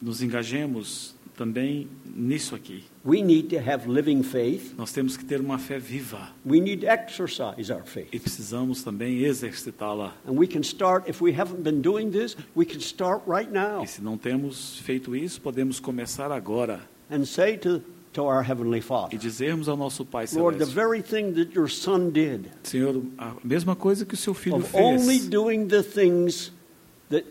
B: nos engajemos também nisso aqui.
A: We need to have living faith.
B: Nós temos que ter uma fé viva
A: We need to exercise our
B: e
A: faith.
B: precisamos também exercitá-la.
A: And we can start if we haven't been doing this, we can start right now
B: E se não temos feito isso, podemos começar agora
A: and say to, to our heavenly
B: e
A: Father,
B: dizermos ao nosso Pai
A: Lord, the
B: Celeste:
A: very thing that your son did
B: Senhor, a mesma coisa que o seu filho
A: of only
B: fez,
A: doing the things that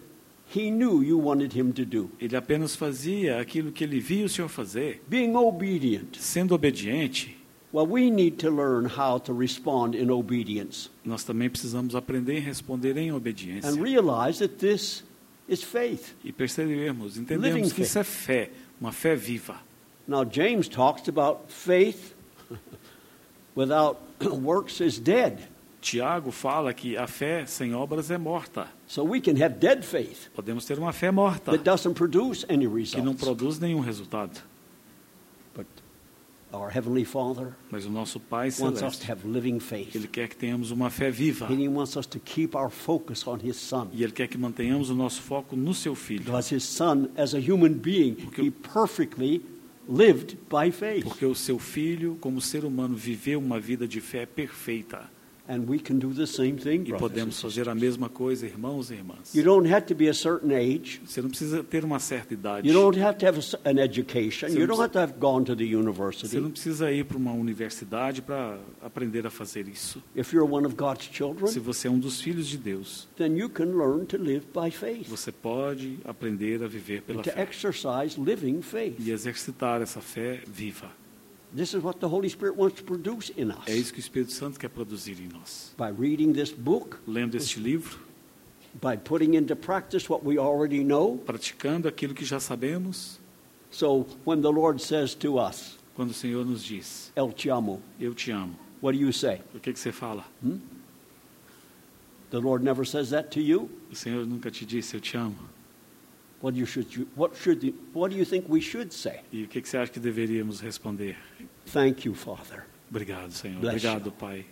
A: he knew you wanted him to do.
B: ele apenas fazia aquilo que ele via o Senhor fazer,
A: Being obedient.
B: sendo obediente.
A: Well, we need to learn how to respond in obedience
B: Nós também precisamos aprender a responder em obediência
A: and realize that this is faith.
B: e percebermos,
A: Living
B: entendemos que
A: faith.
B: isso é fé, uma fé viva.
A: Now, James talks about faith [laughs] without [clears throat] works is dead.
B: Tiago fala que a fé sem obras é morta.
A: So we can have dead faith
B: Podemos ter uma fé morta
A: that doesn't produce any
B: Ah. que não
A: results.
B: produz nenhum resultado.
A: But our Heavenly Father
B: Mas o nosso Pai
A: wants us to
B: Celeste,
A: have living faith.
B: Ele Ah. quer que tenhamos uma fé viva.
A: And he wants us to keep our focus on his son.
B: E Ele quer que mantenhamos o nosso foco no Seu Filho.
A: Because his son, as a human being,
B: Porque-
A: he perfectly lived by faith.
B: Porque o Seu Filho, como ser humano, viveu uma vida de fé perfeita.
A: And we can do the same thing,
B: E
A: brothers. and
B: podemos
A: sisters.
B: fazer a mesma coisa, irmãos e irmãs.
A: You don't have to be a certain age.
B: Você não precisa ter uma certa idade.
A: You don't have to have a cer- an education.
B: Você
A: You
B: não
A: don't have to have gone to the
B: Você não
A: university.
B: precisa ir para uma universidade para aprender a fazer isso.
A: If you're one of God's
B: Se
A: children,
B: você é um dos filhos de Deus,
A: then you can learn to live by faith.
B: você pode aprender a viver pela
A: And to
B: fé
A: exercise living faith.
B: e exercitar essa fé viva.
A: This is what the Holy Spirit wants to produce in
B: É
A: us.
B: isso que o Espírito Santo quer produzir em nós.
A: By reading this book,
B: Lendo este livro,
A: by putting into practice what we already know,
B: praticando aquilo que já sabemos,
A: So when the Lord says to us,
B: quando o Senhor nos diz,
A: El te amo,
B: eu te amo,
A: what do you say?
B: o que, que você fala?
A: The Lord never says that to you.
B: O Senhor nunca te disse, eu te amo?
A: What do you, should you, what should you, what do you think we should say?
B: E o que, que você acha que deveríamos responder?
A: Thank you, Father.
B: Obrigado, Senhor.
A: Bless you.
B: Obrigado, Pai.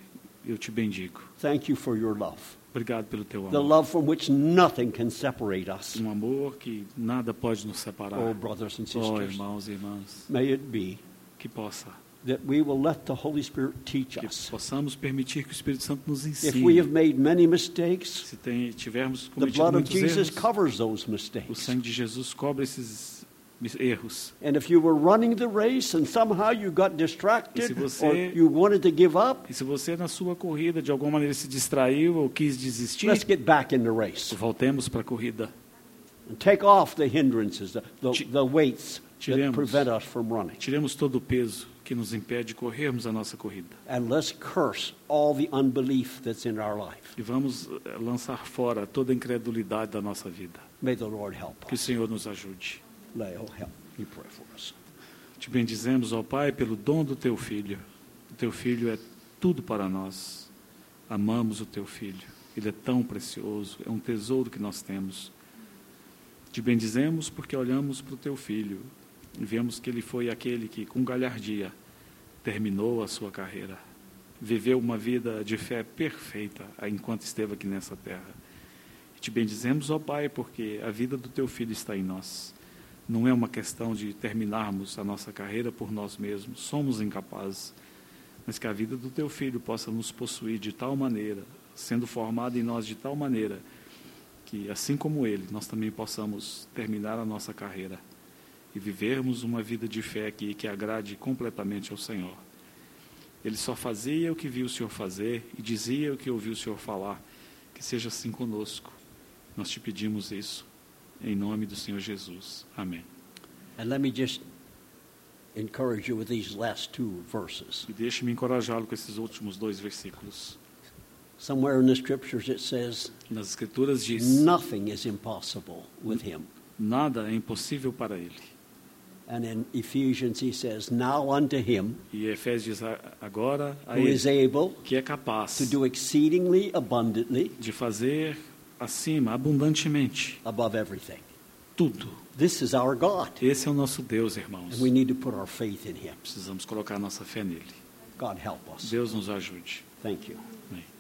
B: eu te bendigo.
A: Thank you for your love,
B: Obrigado pelo teu
A: the
B: amor.
A: love from which nothing can separate us.
B: Um amor que nada pode nos separar.
A: Oh, brothers and
B: Oh,
A: sisters,
B: irmãos e irmãs,
A: may it be
B: que possa,
A: that we will let the Holy Spirit teach
B: que
A: us.
B: possamos permitir que o Espírito Santo nos
A: If we have
B: ensine.
A: made many mistakes,
B: Se tem, tivermos
A: the
B: cometido
A: blood of
B: muitos
A: Jesus
B: erros,
A: covers those
B: o
A: mistakes.
B: sangue de Jesus cobre esses mis- erros.
A: And if you were running the race and somehow you got
B: E se
A: distracted
B: você-
A: or you wanted to give up,
B: E se você na sua corrida de alguma maneira se distraiu ou quis desistir,
A: let's get back in the race
B: voltemos para a corrida.
A: and take off the hindrances, the, the,
B: Ti-
A: the weights that
B: Tiremos.
A: prevent us from running.
B: Tiremos todo o peso que nos impede de corrermos a nossa corrida.
A: And let's curse all the unbelief that's in our life.
B: E vamos eh, lançar fora toda a incredulidade da nossa vida.
A: May the Lord help
B: Que o
A: us.
B: Senhor nos ajude.
A: Leo, oh, help. You pray for us.
B: Te bendizemos, ó Pai, pelo dom do teu filho. O teu filho é tudo para nós. Amamos o teu filho. Ele é tão precioso, é um tesouro que nós temos. Te bendizemos porque olhamos para o teu filho e vemos que ele foi aquele que, com galhardia, terminou a sua carreira. Viveu uma vida de fé perfeita enquanto esteve aqui nessa terra. Te bendizemos, ó Pai, porque a vida do teu filho está em nós. Não é uma questão de terminarmos a nossa carreira por nós mesmos, somos incapazes, mas que a vida do teu filho possa nos possuir de tal maneira, sendo formada em nós de tal maneira, que assim como ele, nós também possamos terminar a nossa carreira e vivermos uma vida de fé que, que agrade completamente ao Senhor. Ele só fazia o que viu o Senhor fazer e dizia o que ouviu o Senhor falar. Que seja assim conosco. Nós te pedimos isso em nome do Senhor Jesus. Amém.
A: And let me just encourage you with these last two verses.
B: E deixe-me encorajá-lo com esses últimos dois versículos.
A: Somewhere in the scriptures it says,
B: Nas Escrituras diz:
A: Nothing is impossible with him.
B: nada é impossível para ele.
A: And in Ephesians, he says, Now unto him
B: E Efésios diz: "A- agora a
A: who is
B: ele
A: able
B: que é capaz
A: to do exceedingly abundantly
B: de fazer acima, abundantemente,
A: above everything.
B: tudo.
A: This is our God.
B: Esse é o nosso Deus, irmãos.
A: And we need to put our faith in him.
B: Precisamos colocar nossa fé nele.
A: God help us.
B: Deus nos ajude.
A: Thank you.
B: Amém.